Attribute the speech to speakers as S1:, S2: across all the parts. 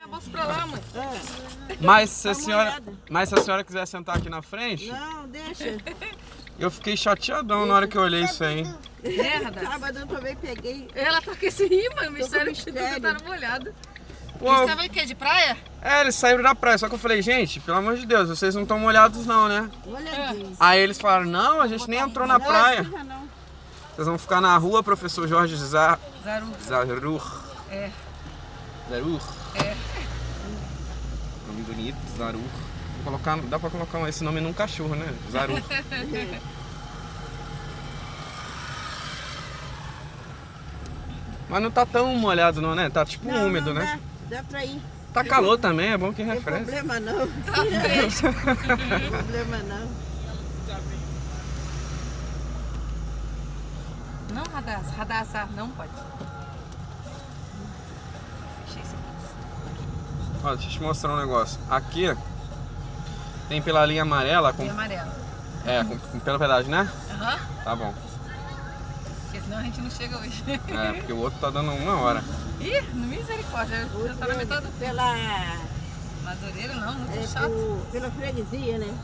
S1: Vamos pra lá, mãe.
S2: Mas se a
S3: Dá uma
S2: senhora,
S3: olhada.
S2: mas se a senhora quiser sentar aqui na frente,
S3: Não, deixa.
S2: eu fiquei chateadão na hora que eu olhei isso aí.
S1: Merda.
S3: Sábado eu também peguei.
S1: Ela tá com esse rima, mistério que
S3: mistério.
S1: você tá molhado.
S2: Pô,
S1: Eles
S3: tá-
S1: estavam em quê? De praia?
S2: é, eles saíram da praia, só que eu falei, gente, pelo amor de Deus, vocês não estão molhados não, né?
S3: Olhadinho.
S2: Aí eles falaram, não, a gente nem entrou na praia.
S3: Não, não.
S1: Tá
S2: Vocês vão ficar na rua, professor Jorge Za- Zarur.
S1: É.
S2: Zarur. É. Nome bonito, Zarur. Vou Colocar, dá pra colocar um- esse nome num cachorro, né? Zarur. Mas não tá tão molhado não, né? Tá tipo
S3: Não,
S2: úmido,
S3: não,
S2: né?
S3: Dá, dá pra ir.
S2: Tá calor também, é bom que
S3: Não tem
S2: refresca.
S3: problema não.
S1: Tá fresco.
S3: Não tem problema não.
S1: Não, Radassa. Radassa, não pode. Achei isso aqui.
S2: Ó, deixa eu te mostrar um negócio. Aqui tem pela linha amarela, com,
S1: E amarelo.
S2: é, com, com- pelo pedágio, né?
S1: Aham.
S2: Tá bom.
S1: Porque senão a gente não chega hoje.
S2: É, porque o outro tá dando uma hora.
S1: Ih, no misericórdia. Eu já tá na metade do
S3: Pela,
S1: Madureira, não. Muito
S3: é,
S1: chato.
S3: pro- pela freguesia, né?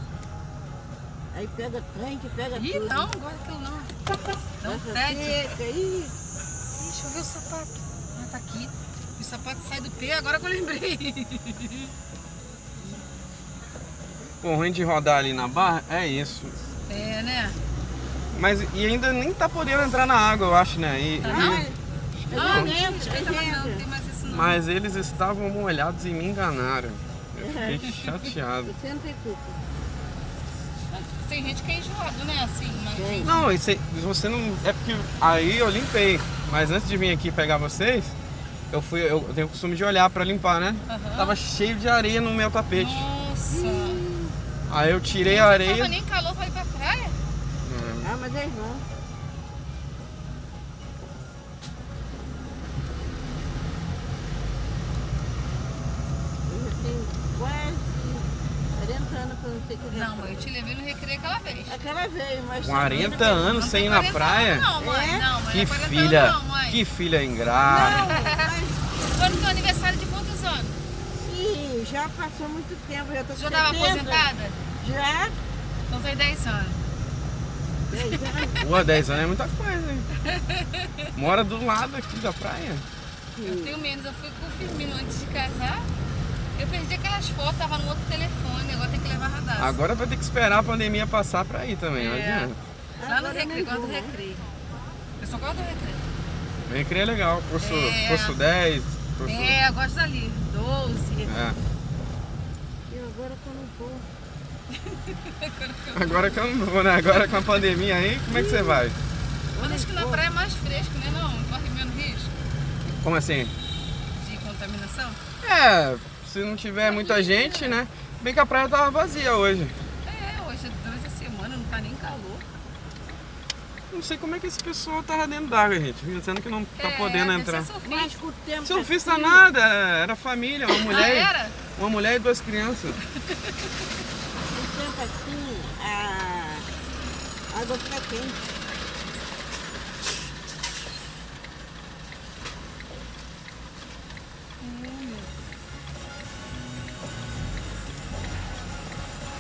S3: Aí pega tanque, pega
S1: Ih,
S3: tudo.
S1: não. Agora que eu não. Não
S3: Essa
S1: pede.
S3: seca, Ih,
S1: Deixa eu ver o sapato. Ah, tá aqui. O sapato sai do pé, agora que eu lembrei.
S2: Bom, ruim de rodar ali na barra é isso.
S1: É, né?
S2: Mas e ainda nem tá podendo entrar na água, eu acho, né? E-
S1: Não?
S2: e-
S1: Ah,
S3: não
S1: não,
S3: lembro,
S1: respeita,
S3: não
S1: mas não
S3: lembro.
S1: tem mais isso não.
S2: mas eles estavam molhados e me enganaram. Eu fiquei chateado.
S3: você não tem culpa.
S1: Tem gente que é enjoado, né? Assim, mas...
S2: Não, e se- você não. É porque aí eu limpei. Mas antes de vir aqui pegar vocês, eu fui. Eu eu tenho o costume de olhar pra limpar, né?
S1: Aham.
S2: Tava cheio de areia no meu tapete.
S1: Nossa.
S2: Hum. Aí eu tirei a
S1: Não
S2: areia.
S1: tava nem calor pra ir pra praia?
S2: Hum.
S3: Ah, mas é irmão. Eu já tenho quase 40 anos que eu não sei o que é
S1: Não, mãe, eu te levei no recreio aquela vez.
S3: Aquela veio, é mas...
S2: 40 anos
S1: Não
S2: sem
S1: tem
S2: ir na
S1: 40
S2: praia?
S1: anos Não, mãe,
S3: É?
S1: não, mãe.
S2: Que
S1: não é 40
S2: filha,
S1: Anos, não, mãe.
S2: que filha ingrata.
S3: Mas,
S1: Foi no teu aniversário de quantos anos?
S3: ih, já passou muito tempo, já tô com
S1: Já tava
S3: 70.
S1: aposentada?
S3: Já.
S1: Então tem 10 anos.
S3: 10 anos.
S2: Pô, 10 anos é muita coisa, hein? Mora do lado aqui da praia.
S1: Eu tenho menos, eu fui com o Firmino antes de casar. Eu perdi aquelas fotos, tava no outro telefone, agora tem que levar radar.
S2: Agora vai ter que esperar a pandemia passar pra ir também, não
S1: É.
S2: adianta.
S1: Lá no
S3: Agora
S1: recreio,
S3: não
S1: gosto do
S3: vou.
S1: recreio. Eu só gosto do recreio.
S2: Recreio é legal, curso,
S1: É.
S2: curso 10, curso...
S1: É, eu gosto dali. 12.
S2: É.
S3: Eu agora que eu não vou.
S2: Agora que eu não vou, né? Agora com a pandemia aí, como é que você vai?
S1: Mas acho que na praia é mais fresco, né? Não, corre menos risco
S2: Como assim?
S1: de contaminação.
S2: É, se não tiver muita gente, né? Bem que a praia tava vazia hoje.
S1: É, hoje, durante a semana, não tá nem calor.
S2: Não sei como é que esse pessoal tava dentro d'água, gente. Sendo que não tá
S1: é,
S2: podendo
S1: deve
S2: entrar.
S1: ser surfista.
S3: Mas com o tempo...
S2: Surfista nada, era família, uma
S1: Ah,
S2: mulher,
S1: era?
S2: uma mulher e duas crianças.
S3: Com o tempo assim, a... a água fica quente.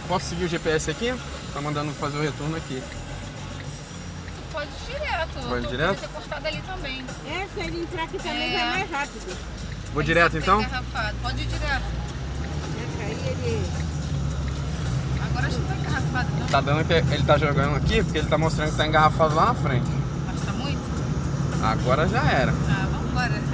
S2: Posso seguir o GPS aqui? Tá mandando fazer o retorno aqui.
S1: Tu pode ir direto.
S2: Pode
S1: Tu
S2: direto?
S1: Pode ter cortado ali também.
S3: É, se ele entrar aqui também
S1: É.
S3: vai mais rápido.
S2: Vou
S1: Aí
S2: direto
S1: você tem
S2: então?
S1: engarrafado. Pode ir direto.
S3: Né? Aí ele...
S1: Agora acho que não tá engarrafado, não.
S2: Tá dando que ele tá jogando aqui, porque ele tá mostrando que tá engarrafado lá na frente.
S1: Mas tá muito.
S2: Agora já era.
S1: Ah, vambora.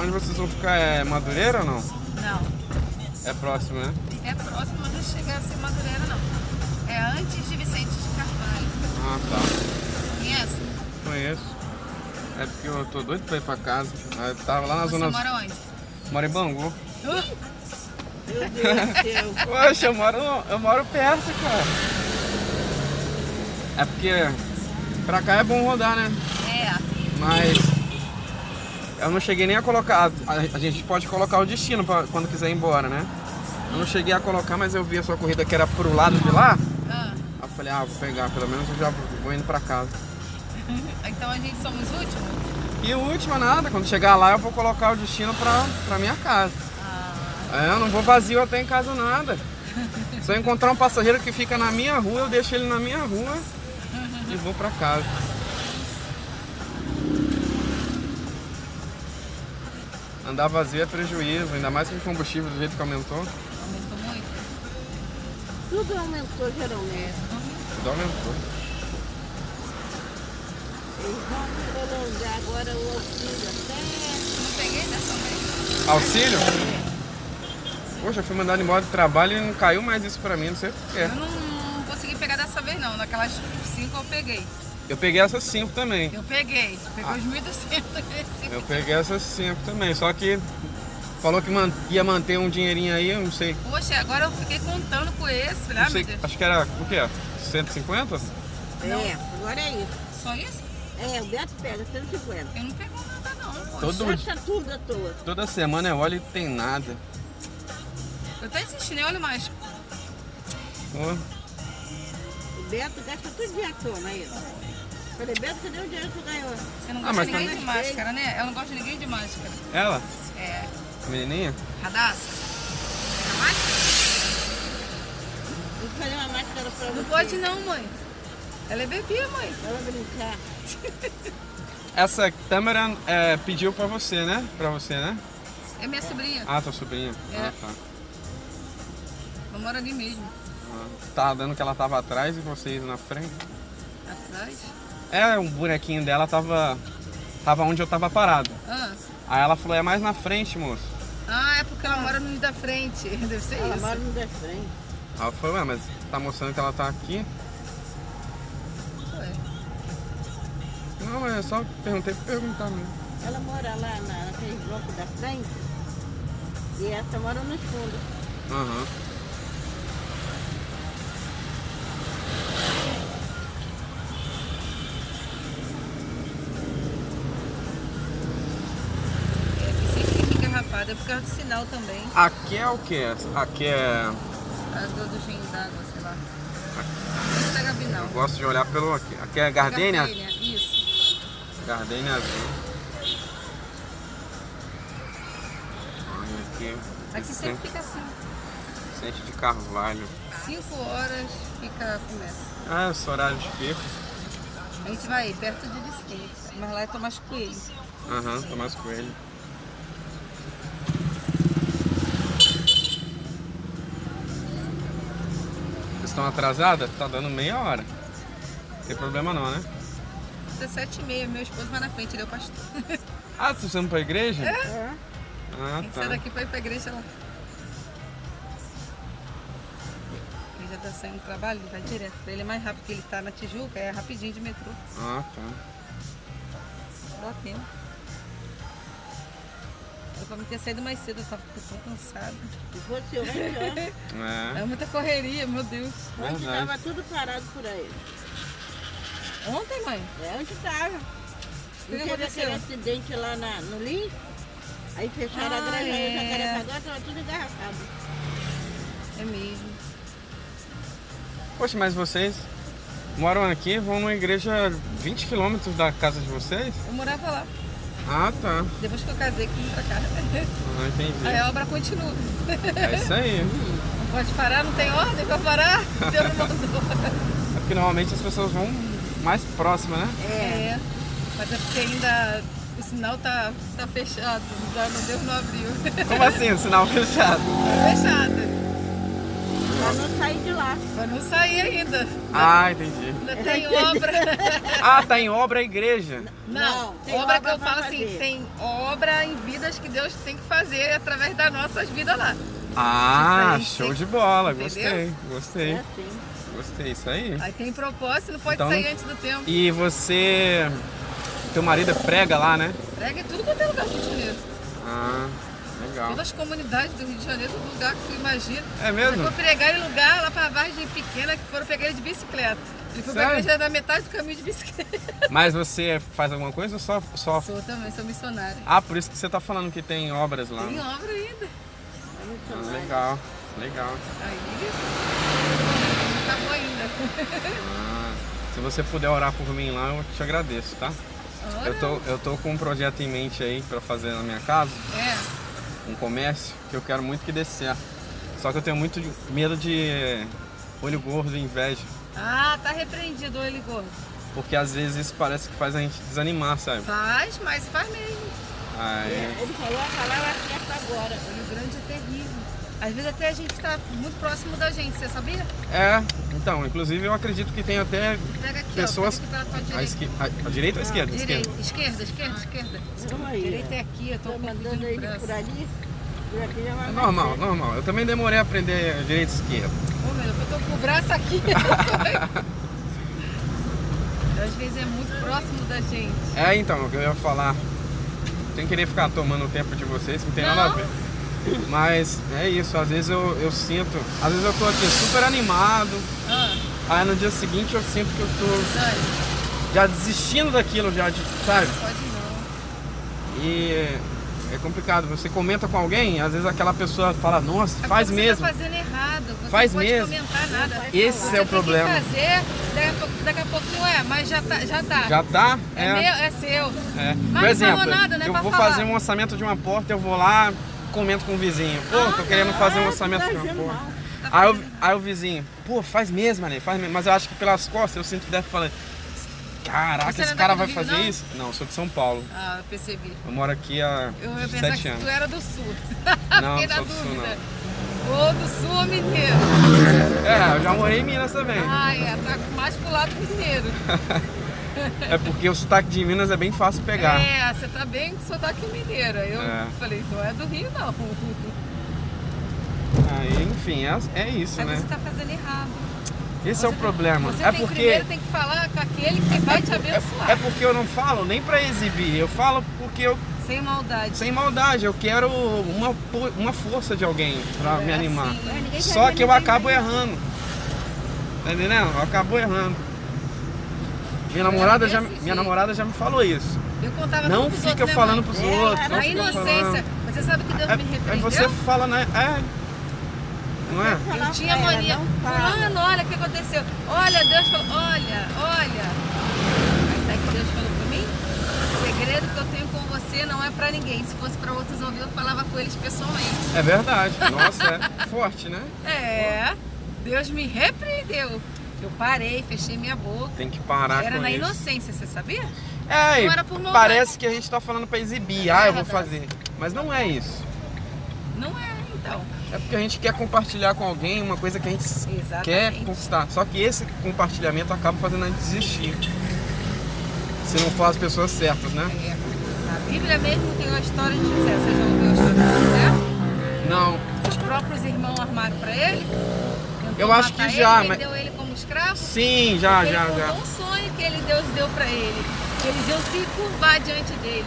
S2: Onde vocês vão ficar? É Madureira ou não?
S1: Não.
S2: É próximo, né?
S1: É próximo, mas não chega a ser Madureira, não. É antes de Vicente de Carvalho.
S2: Ah, tá.
S1: Conhece?
S2: Conheço. É porque eu tô doido pra ir pra casa. Eu tava lá na
S1: Você
S2: zona...
S1: mora onde?
S2: Moro em Bangu.
S1: Ah,
S3: Meu Deus do céu.
S2: Poxa, eu moro, eu moro perto, cara. É porque pra cá é bom rodar, né?
S1: É.
S2: Mas eu não cheguei nem a colocar. A, a gente pode colocar o destino pra, quando quiser ir embora, né? Eu não cheguei a colocar, mas eu vi a sua corrida que era pro lado de lá.
S1: Ah,
S2: Aí eu falei, ah, vou pegar, pelo menos eu já vou indo pra casa.
S1: então a gente somos últimos?
S2: E o último é nada, quando chegar lá eu vou colocar o destino pra, pra minha casa.
S1: Ah,
S2: É, eu não vou vazio até em casa nada. Se eu encontrar um passageiro que fica na minha rua, eu deixo ele na minha rua e vou pra casa. Andar vazio é prejuízo, ainda mais com o combustível do jeito que aumentou.
S1: aumentou muito?
S3: Tudo aumentou geralmente.
S1: É.
S2: Tudo aumentou.
S3: Eles vão prolongar agora o tá. auxílio até.
S1: Não peguei dessa vez.
S2: Auxílio? Poxa, eu fui mandado embora do trabalho e não caiu mais isso pra mim, não sei é. porquê.
S1: Eu não, não consegui pegar dessa vez não, naquelas cinco eu peguei.
S2: Eu peguei essas cinco também.
S1: Eu peguei, peguei
S2: Ah.
S1: os 1.200
S2: Eu peguei essas cinco também, só que falou que man- ia manter um dinheirinho aí, eu não sei.
S1: Poxa, agora eu fiquei contando com esse, né,
S2: não
S1: meu
S2: sei
S1: Deus?
S2: acho que era o quê? 150?
S3: É, agora é isso.
S1: Só isso?
S3: É, o Beto pega 150.
S1: Eu não pegou nada não, poxa.
S2: Todo- Tudo.
S3: Gasta tudo à toa.
S2: Toda semana eu olho e tem nada.
S1: Eu tô insistindo, nem olho mais.
S2: Pô,
S3: O Beto gasta tudo à toa, não é isso? Falei, Beto, cadê o dinheiro que tu ganhou?
S1: Você não
S2: Ah,
S1: gosta
S2: mas
S1: de ninguém
S3: tá-
S1: de máscara, né? Eu não gosto de ninguém de máscara.
S2: Ela,
S1: É,
S2: a menininha,
S1: cadastro. A máscara?
S3: Vou fazer uma máscara pra
S1: Não
S3: você.
S1: pode não, mãe. Ela é bebê, mãe.
S3: Ela brincar.
S2: essa Tamara é, pediu pra você, né? Pra você, né?
S1: É minha sobrinha.
S2: Ah, tua sobrinha.
S1: É.
S2: Ah, tá.
S1: Eu moro ali mesmo.
S2: Ah, Tá dando que ela tava atrás e vocês na frente.
S1: Atrás.
S2: É, um bonequinho dela tava. Tava onde eu tava parado.
S1: Ah,
S2: Aí ela falou, é mais na frente, moço.
S1: ah é porque ela mora nos da frente. Deve ser
S3: Ela
S1: isso.
S3: mora no da frente.
S2: Aí eu falei, ué, mas tá mostrando que ela tá aqui.
S1: Ué.
S2: Não, mas eu só perguntei pra perguntar mesmo.
S3: Ela mora lá na, naquele bloco da frente. E essa mora nos fundos.
S2: Aham.
S1: É que sempre fica engarrafada. É por causa do sinal também.
S2: Aqui é o quê? Aqui é.
S1: A do, do engenho d'água, sei lá. Isso da Gabinal.
S2: Eu gosto de olhar pelo. Aqui, aqui é Gardênia?
S1: Gardênia, Isso.
S2: Gardênia azul. Olha aqui.
S1: Aqui sempre
S2: Vicente,
S1: fica assim.
S2: Vicente de Carvalho.
S1: Cinco horas fica, começa.
S2: Ah, esse horário de pico.
S1: A gente vai perto de Vicente, mas lá é Tomás Coelho.
S2: Aham, Tomás Coelho. Vocês estão atrasadas? Tá dando meia hora. Não tem problema não, né?
S1: 17 e meia, meu esposo vai na frente, ele é o pastor.
S2: Ah, vocês estão indo pra igreja?
S3: É.
S2: Ah,
S1: A gente sai
S2: tá.
S1: daqui pra ir pra igreja lá. Ele já tá saindo do trabalho, ele vai direto. Pra ele é mais rápido, porque ele tá na Tijuca, é rapidinho de metrô.
S2: Ah, tá.
S1: Dá tempo. Eu pra mim ter saído mais cedo, eu tava tão cansada.
S3: Se fosse eu, antes,
S2: É,
S1: É muita correria, meu Deus.
S3: ó, antes
S2: Verdade.
S3: tava tudo parado por aí.
S1: Ontem, mãe?
S3: É onde tava.
S1: que
S3: Não teve
S1: aconteceu?
S3: aquele acidente lá na, no Lins? Aí fecharam a
S1: Ah,
S3: granja
S1: é.
S3: é. Jacarepaguá, tava tudo engarrafado.
S1: É mesmo.
S2: Poxa, mas vocês moram aqui, vão numa igreja 20 quilômetros da casa de vocês?
S1: Eu morava lá.
S2: Ah, tá.
S1: Depois que eu casei, que vim pra cá.
S2: Ah, entendi.
S1: Aí a obra continua.
S2: É isso aí.
S1: Não pode parar, não tem ordem pra parar. Deus não mandou.
S2: É porque normalmente as pessoas vão mais próximas, né?
S1: É. Mas é porque ainda o sinal tá, tá fechado. Já não deu, não abriu.
S2: Como assim, sinal fechado?
S1: fechado.
S3: Pra não sair de lá.
S1: Mas não saí ainda.
S2: Ah, entendi.
S1: Ainda tem obra.
S2: Ah, tá em obra a igreja.
S1: Não,
S3: Não, tem
S1: obra, que
S3: obra
S1: eu
S3: pra
S1: falo assim,
S3: fazer.
S1: tem obra em vidas que Deus tem que fazer através das nossas vidas lá.
S2: Ah,
S1: Isso aí,
S2: show
S1: sim.
S2: de bola. Gostei,
S1: Entendeu?
S3: É
S2: gostei,
S3: assim.
S2: gostei. Isso aí.
S1: Aí tem propósito, não pode
S2: Então
S1: sair
S2: não-
S1: antes do tempo.
S2: E você. Teu marido prega lá, né?
S1: Prega em tudo quanto é lugar do Rio de Janeiro.
S2: Ah, legal.
S1: Todas as comunidades do Rio de Janeiro, todo lugar que tu imagina.
S2: É mesmo?
S1: Eu fui pregar em lugar lá pra vargem pequena que foram pegar ele de bicicleta. Ele foi
S2: Sério?
S1: pegar já da metade do caminho de bicicleta.
S2: Mas você faz alguma coisa ou só, só.
S1: Sou também, sou missionária.
S2: Ah, por isso que você tá falando que tem obras lá.
S1: Tem
S2: né?
S1: obra ainda.
S3: É muito
S2: Ah,
S3: mais.
S2: legal. Legal.
S1: Aí, isso. Acabou ainda.
S2: Ah, se você puder orar por mim lá, eu te agradeço, tá?
S1: Olha.
S2: Eu tô, eu tô com um projeto em mente aí pra fazer na minha casa,
S1: É.
S2: um comércio, que eu quero muito que dê certo. Só que eu tenho muito de- medo de olho gordo e inveja.
S1: Ah, tá repreendido, ele gordo.
S2: Porque às vezes isso parece que faz a gente desanimar, sabe?
S1: Faz, mas faz mesmo.
S2: Aí,
S3: Ele falou a palavra certa agora.
S1: Olho grande é terrível. Às vezes até a gente tá muito próximo da gente, você sabia?
S2: é, então, inclusive eu acredito que tem até
S1: Pega aqui,
S2: pessoas.
S1: ó. Pega aqui pra tua
S2: à
S1: direita.
S2: esquer- à- à direita ou à esquerda?
S1: Direita,
S2: Esquerda.
S1: esquerda, esquerda, esquerda.
S3: Calma aí.
S1: Direita é aqui, eu tô
S3: Tô
S1: com o
S3: mandando
S1: de
S3: ele por
S1: pressa.
S3: ali. Por aqui já vai
S2: É
S3: mais
S2: normal,
S3: perto.
S2: normal. Eu também demorei a aprender direita e esquerda.
S1: Ô, meu, eu tô com o braço aqui. Às vezes é muito próximo da gente.
S2: É, então, o que eu ia falar. Sem querer ficar tomando o tempo de vocês, não tem nada a
S1: Não.
S2: ver. Mas é isso, às vezes eu, eu sinto. Às vezes eu tô aqui super animado,
S1: Ah,
S2: aí no dia seguinte eu sinto que eu tô
S1: Dani,
S2: já desistindo daquilo, já, de, sabe?
S1: pode não.
S2: E é complicado. Você comenta com alguém, às vezes aquela pessoa fala, nossa,
S1: É
S2: faz
S1: porque
S2: mesmo.
S1: Você tá fazendo errado. Você
S2: Faz
S1: não pode
S2: mesmo.
S1: comentar nada.
S2: Esse
S1: Você
S2: é o
S1: tem que
S2: problema.
S1: fazer, daqui a pouco, daqui a pouco não é, mas já tá. Já tá.
S2: Já tá?
S1: é, meu, é seu.
S2: É.
S1: não
S2: Por exemplo,
S1: falou nada, né,
S2: eu
S1: pra
S2: vou
S1: falar.
S2: fazer um orçamento de uma porta, eu vou lá, comento com o vizinho. Pô, tô querendo fazer um
S3: Ah,
S2: orçamento
S3: tá
S2: de uma
S3: fazendo
S2: porta.
S3: mal.
S1: Tá
S2: Aí, o-
S1: fazendo
S2: aí o vizinho, pô, faz mesmo, Ale, faz mesmo. Mas eu acho que pelas costas eu sinto que deve falar, caraca,
S1: Você não
S2: esse
S1: é
S2: cara vai
S1: daqui do Rio,
S2: fazer
S1: não?
S2: isso? Não, eu sou de São Paulo.
S1: Ah, eu percebi.
S2: Eu moro aqui há
S1: Eu ia pensar que
S2: sete anos.
S1: tu era do sul.
S2: Não,
S1: Fiquei na
S2: sou do sul,
S1: dúvida. Ou do sul ou mineiro.
S2: É, eu já morei em Minas também.
S1: Ah, é, tá mais pro lado mineiro.
S2: É porque o sotaque de Minas é bem fácil pegar.
S1: É, você tá bem com sotaque mineiro. Aí Eu
S2: É.
S1: falei, não é do Rio, não.
S2: Aí, enfim, é, é isso,
S1: Aí
S2: né?
S1: você tá fazendo errado.
S2: Esse
S1: você
S2: é o
S1: tem-
S2: problema.
S1: Você
S2: É
S1: tem,
S2: porque.
S1: primeiro tem que falar com aquele que vai te abençoar.
S2: É porque eu não falo nem pra exibir, eu falo porque eu,
S1: Sem maldade.
S2: sem maldade, eu quero uma, po- uma força de alguém pra
S1: É
S2: me animar.
S1: assim.
S3: Mas ninguém
S2: Só
S3: quer
S2: que eu
S3: ver
S2: acabo
S3: ninguém.
S2: errando. Tá entendendo? Eu acabo errando. Minha namorada, já,
S1: desse
S2: minha
S1: jeito.
S2: namorada já me falou isso.
S1: Eu contava
S2: Não
S1: tudo pros
S2: fica
S1: outros, né,
S2: falando
S1: mãe?
S2: pros
S3: É,
S2: outros. não
S1: Na
S2: fica
S1: inocência.
S2: falando.
S1: Você sabe que Deus me
S2: É, aí
S1: repreendeu?
S2: você fala, né? É. Não tá. é?
S3: Falar
S1: Eu
S3: pra
S1: tinha
S3: ela,
S1: mania.
S3: não fala.
S1: Mano, olha o que aconteceu. Olha, Deus falou, olha, olha. Mas sabe o que Deus falou pra mim? O segredo que eu tenho com você não é pra ninguém. Se fosse pra outros ouvir, eu falava com eles pessoalmente.
S2: É verdade. Nossa, é forte, né?
S1: É, Deus me repreendeu. Eu parei, fechei minha boca.
S2: Tem que parar
S1: Era
S2: com
S1: na
S2: isso.
S1: inocência, você sabia?
S2: É,
S1: Não era por maldade.
S2: parece que a gente tá falando pra exibir. Ah, eu vou
S1: verdade.
S2: fazer. Mas não é isso.
S1: Não é, então.
S2: É porque a gente quer compartilhar com alguém uma coisa que a gente
S1: Exatamente.
S2: quer conquistar. Só que esse compartilhamento acaba fazendo a gente desistir. Se não for as pessoas certas, né?
S1: É, na Bíblia mesmo tem a história de José. Você já ouviu a história de José?
S2: Não.
S1: Os próprios irmãos armaram pra ele? tentou
S2: Eu acho que
S1: matar
S2: já,
S1: ele,
S2: mas-
S1: Vendeu ele como escravo?
S2: Sim, já,
S1: ele
S2: Ah, já,
S1: contou
S2: já.
S1: um sonho que ele, Deus deu pra ele. que Eles iam se curvar diante dele.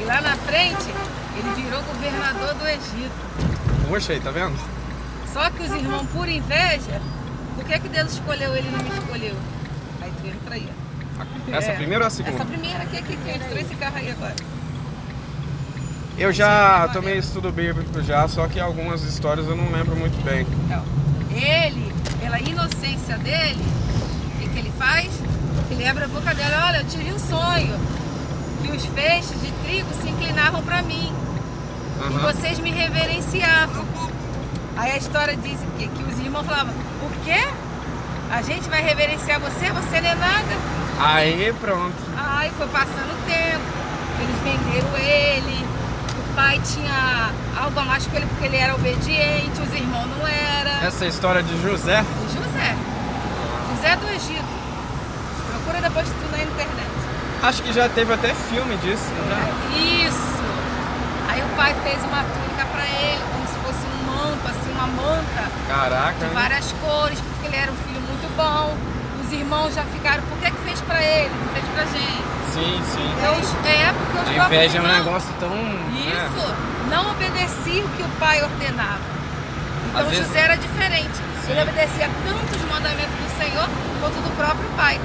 S1: E lá na frente, ele virou governador do Egito.
S2: Poxa aí, tá vendo?
S1: Só que os irmãos, por inveja, por que, que Deus escolheu ele e não me escolheu? Aí tu entra aí. ó.
S2: Essa
S1: É.
S2: primeira ou a segunda?
S1: Essa primeira aqui, aqui, que entrou esse carro aí agora.
S2: Eu já
S1: Essa-
S2: tomei estudo bíblico já, só que algumas histórias eu não lembro muito bem.
S1: Então, ele, pela inocência dele, o que, que ele faz? Ele abre a boca dela, olha, eu tive um sonho. Que os feixes de trigo se inclinavam para mim. E
S2: Aham.
S1: vocês me reverenciavam. Aí a história diz o quê? que os irmãos falavam, por quê? A gente vai reverenciar você, você não é nada.
S2: Aí pronto.
S1: Aí foi passando o tempo, eles venderam ele, o pai tinha algo a mais com ele porque ele era obediente, os irmãos não eram.
S2: Essa história de José,
S1: E José. José do Egito. Procura depois tudo na internet.
S2: acho que já teve até filme disso. né?
S1: Isso! Aí o pai fez uma túnica pra ele, como se fosse um manto, assim, uma manta. de
S2: Caraca. né?
S1: várias cores, porque ele era um filho muito bom. Os irmãos já ficaram, por que que fez pra ele? Não fez pra gente.
S2: Sim, sim.
S1: Então, os- é, porque os
S2: A
S1: próprios
S2: inveja é um
S1: irmãos-
S2: negócio tão. né?
S1: Isso, não obedecia o que o pai ordenava. Então
S2: Às vezes-
S1: José era diferente.
S2: Sim.
S1: Ele obedecia tanto os mandamentos do Senhor quanto do próprio pai.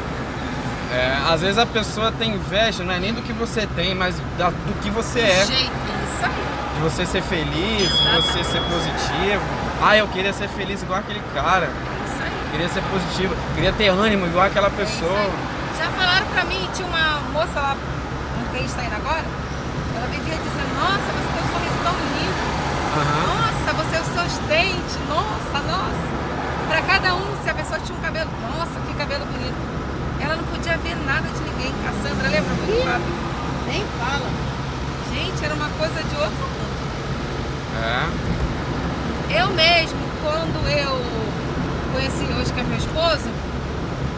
S2: É, às vezes a pessoa tem inveja, não é nem do que você tem, mas da- do que você é.
S1: Do jeito, isso aí.
S2: De você ser feliz, de você ser positivo. Ah, eu queria ser feliz igual aquele cara.
S1: Isso aí.
S2: Queria ser positivo. Queria ter ânimo igual aquela
S1: É
S2: pessoa.
S1: Já falaram pra mim, tinha uma moça lá, onde a gente tá indo agora, ela vivia dizendo, nossa, você tem um sorriso tão lindo,
S2: Aham.
S1: nossa, você é os seus dentes, nossa, nossa. Pra cada um, se a pessoa tinha um cabelo, nossa, que cabelo bonito. Ela não podia ver nada de ninguém. A Sandra lembra muito, Fábio?
S3: Nem fala.
S1: Gente, era uma coisa de outro mundo.
S2: É.
S1: Eu mesmo, quando eu conheci hoje que é meu esposo,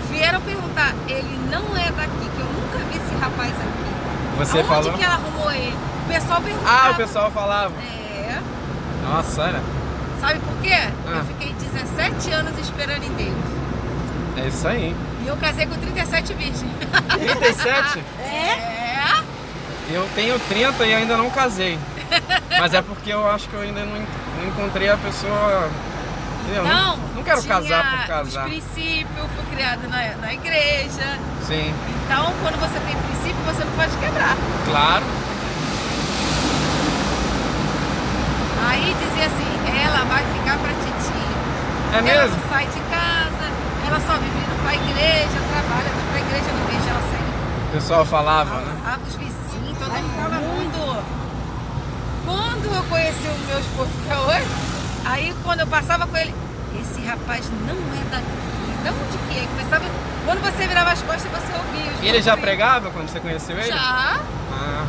S1: vieram perguntar, ele não é daqui, que eu nunca vi esse rapaz aqui.
S2: Você
S1: Aonde
S2: falou?
S1: que é? ela arrumou ele? O pessoal perguntava.
S2: Ah, o pessoal falava.
S1: É.
S2: Nossa, olha.
S1: Sabe por quê?
S2: Ah.
S1: Eu fiquei 17 anos esperando em Deus.
S2: É isso aí.
S1: E eu casei com 37 virgens.
S2: 37?
S3: É?
S1: É?
S2: Eu tenho 30 e ainda não casei. Mas é porque eu acho que eu ainda não, en- não encontrei a pessoa. Eu
S1: Não.
S2: não, não quero
S1: tinha
S2: casar por casar.
S1: Os princípios, fui criada na, na igreja.
S2: Sim,
S1: Então, quando você tem princípio, você não pode quebrar.
S2: claro.
S1: Aí dizia assim, ela vai ficar pra titia.
S2: É
S1: Ela
S2: mesmo?
S1: não sai de casa, ela só vive indo pra igreja, trabalha, vai pra igreja, não vejo ela saindo.
S2: O pessoal falava, né?
S1: Ah, os vizinhos, todo
S3: Ai, fala
S1: mundo. Quando eu conheci o meu esposo que é hoje, aí quando eu passava com ele, esse rapaz não é daqui, da onde que é? Começava, quando você virava as costas, você ouvia. os
S2: E ele já
S1: barulhinhos.
S2: pregava quando você conheceu ele?
S1: Já,
S2: Ah.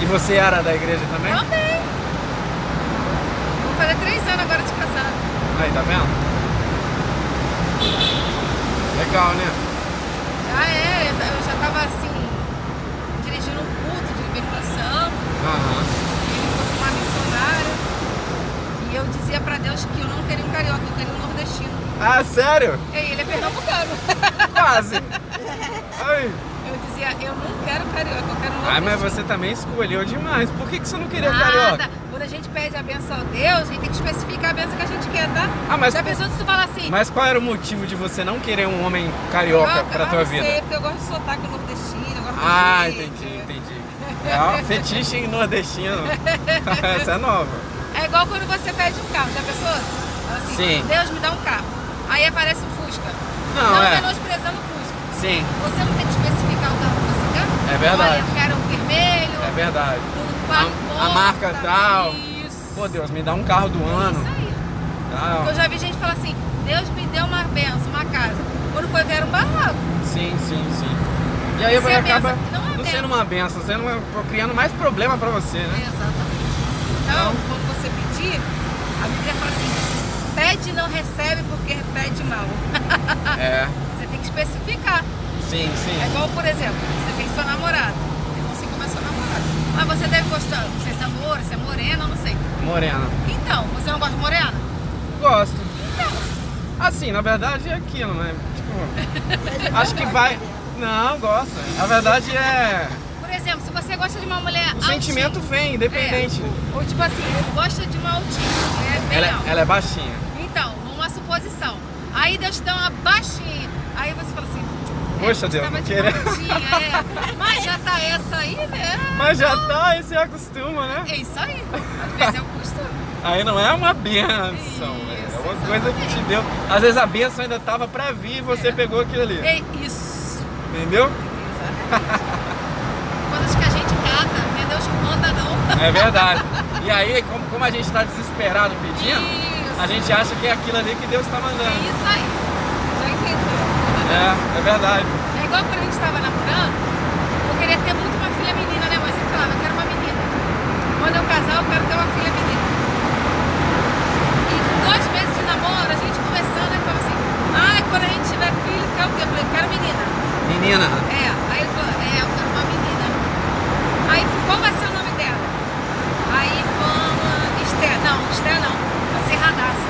S2: E você era da igreja também?
S1: também. Vou fazer três anos agora de casado.
S2: Aí, tá vendo? Legal, né?
S1: Já é, eu já tava assim, dirigindo um culto de libertação.
S2: Aham.
S1: Ele foi pra uma missionária e eu dizia pra Deus que eu não queria um carioca, eu queria um nordestino.
S2: Ah, sério?
S1: E ele é pernambucano.
S2: Quase! Ai.
S1: Eu dizia, eu não quero carioca, eu quero um nordestino.
S2: Ai, Ah, mas você também escolheu demais. Por que, que você não queria
S1: Nada.
S2: carioca?
S1: Quando a gente pede a benção a Deus, a gente tem que especificar a benção que a gente quer, tá?
S2: Ah, mas,
S1: Já pensou se tu falar assim?
S2: mas qual era o motivo de você não querer um homem carioca pra
S1: ah,
S2: tua
S1: não
S2: vida?
S1: Sei, porque eu gosto de sotaque nordestino, eu gosto de
S2: Ah,
S1: jeito.
S2: entendi, entendi. É um fetiche em nordestino. Essa é nova.
S1: É igual quando você pede um carro, já pensou? Fala assim,
S2: Sim.
S1: Deus me dá um carro. Aí aparece um Fusca.
S2: Não,
S1: não
S2: é.
S1: menosprezando o Fusca.
S2: Sim,
S1: Você não tem que especificar o carro que você quer?
S2: É verdade.
S1: Olha, eu quero um vermelho,
S2: é verdade.
S1: um
S2: A-
S1: quatro
S2: a marca
S1: portas,
S2: tal.
S1: Isso.
S2: Pô, Deus, me dá um carro do ano.
S1: Isso
S2: Ah,
S1: aí. Porque
S2: Tal.
S1: eu já vi gente falar assim, Deus me deu uma benção, uma casa. Quando foi ver era um barraco.
S2: Sim, sim, sim. E aí
S1: Isso
S2: você
S1: é
S2: acaba
S1: benção, não é
S2: não
S1: benção.
S2: sendo uma benção, sendo uma, criando mais problema pra você, né?
S1: Exatamente. Então, quando você pedir, a Bíblia fala assim, pede e não recebe porque pede mal. Ah.
S2: É,
S1: Você tem que especificar.
S2: sim,
S1: É
S2: sim.
S1: igual, por exemplo, você tem seu namorado. Eu consegui mais seu namorado. Mas você deve gostar, não sei se é loura, se é morena, eu não sei.
S2: Morena.
S1: Então, você não gosta de morena?
S2: Gosto.
S1: Então,
S2: Assim, na verdade é aquilo, né? Tipo, acho que vai. Não, gosto. Na verdade é.
S1: por exemplo, se você gosta de uma mulher
S2: O
S1: altinha,
S2: sentimento vem, independente.
S1: é, ou tipo assim, eu gosto de uma altinha, que é bem
S2: Ela,
S1: alta.
S2: ela é baixinha.
S1: Então, uma suposição. Aí Deus te dá uma baixinha. Aí você fala assim, é,
S2: Poxa,
S1: eu
S2: Deus,
S1: gostava
S2: não
S1: de
S2: queria.
S1: baixinha, é. Mas já tá essa aí, né?
S2: Mas já tá, aí você acostuma, né?
S1: É isso aí. Às vezes é o costume.
S2: Aí não é uma benção, é
S1: Isso,
S2: uma coisa que te deu. Às vezes a benção ainda tava pra vir e você
S1: É.
S2: pegou aquilo ali.
S1: É isso.
S2: Entendeu?
S1: Exatamente. Coisas que a gente cata, não é Deus que manda, não.
S2: É verdade. E aí, como, como a gente tá desesperado pedindo,
S1: Isso.
S2: a gente acha que é aquilo ali que Deus tá
S1: É
S2: mandando.
S1: isso aí. Já entendeu.
S2: É, é verdade.
S1: É igual quando a gente estava namorando, eu queria ter muito uma filha menina, né? Mas eu falava, eu quero uma menina. Quando eu casar, eu quero ter uma filha menina. E com dois meses de namoro, a gente conversando, ele falou assim, ai, quando a gente tiver filho, quer o quê? Eu falei, quero menina.
S2: Menina,
S1: É, aí ele falou, é, eu quero uma menina. Aí, qual vai ser o nome dela? Aí, vamos, Esté, não, Esté não, vai ser Radassa.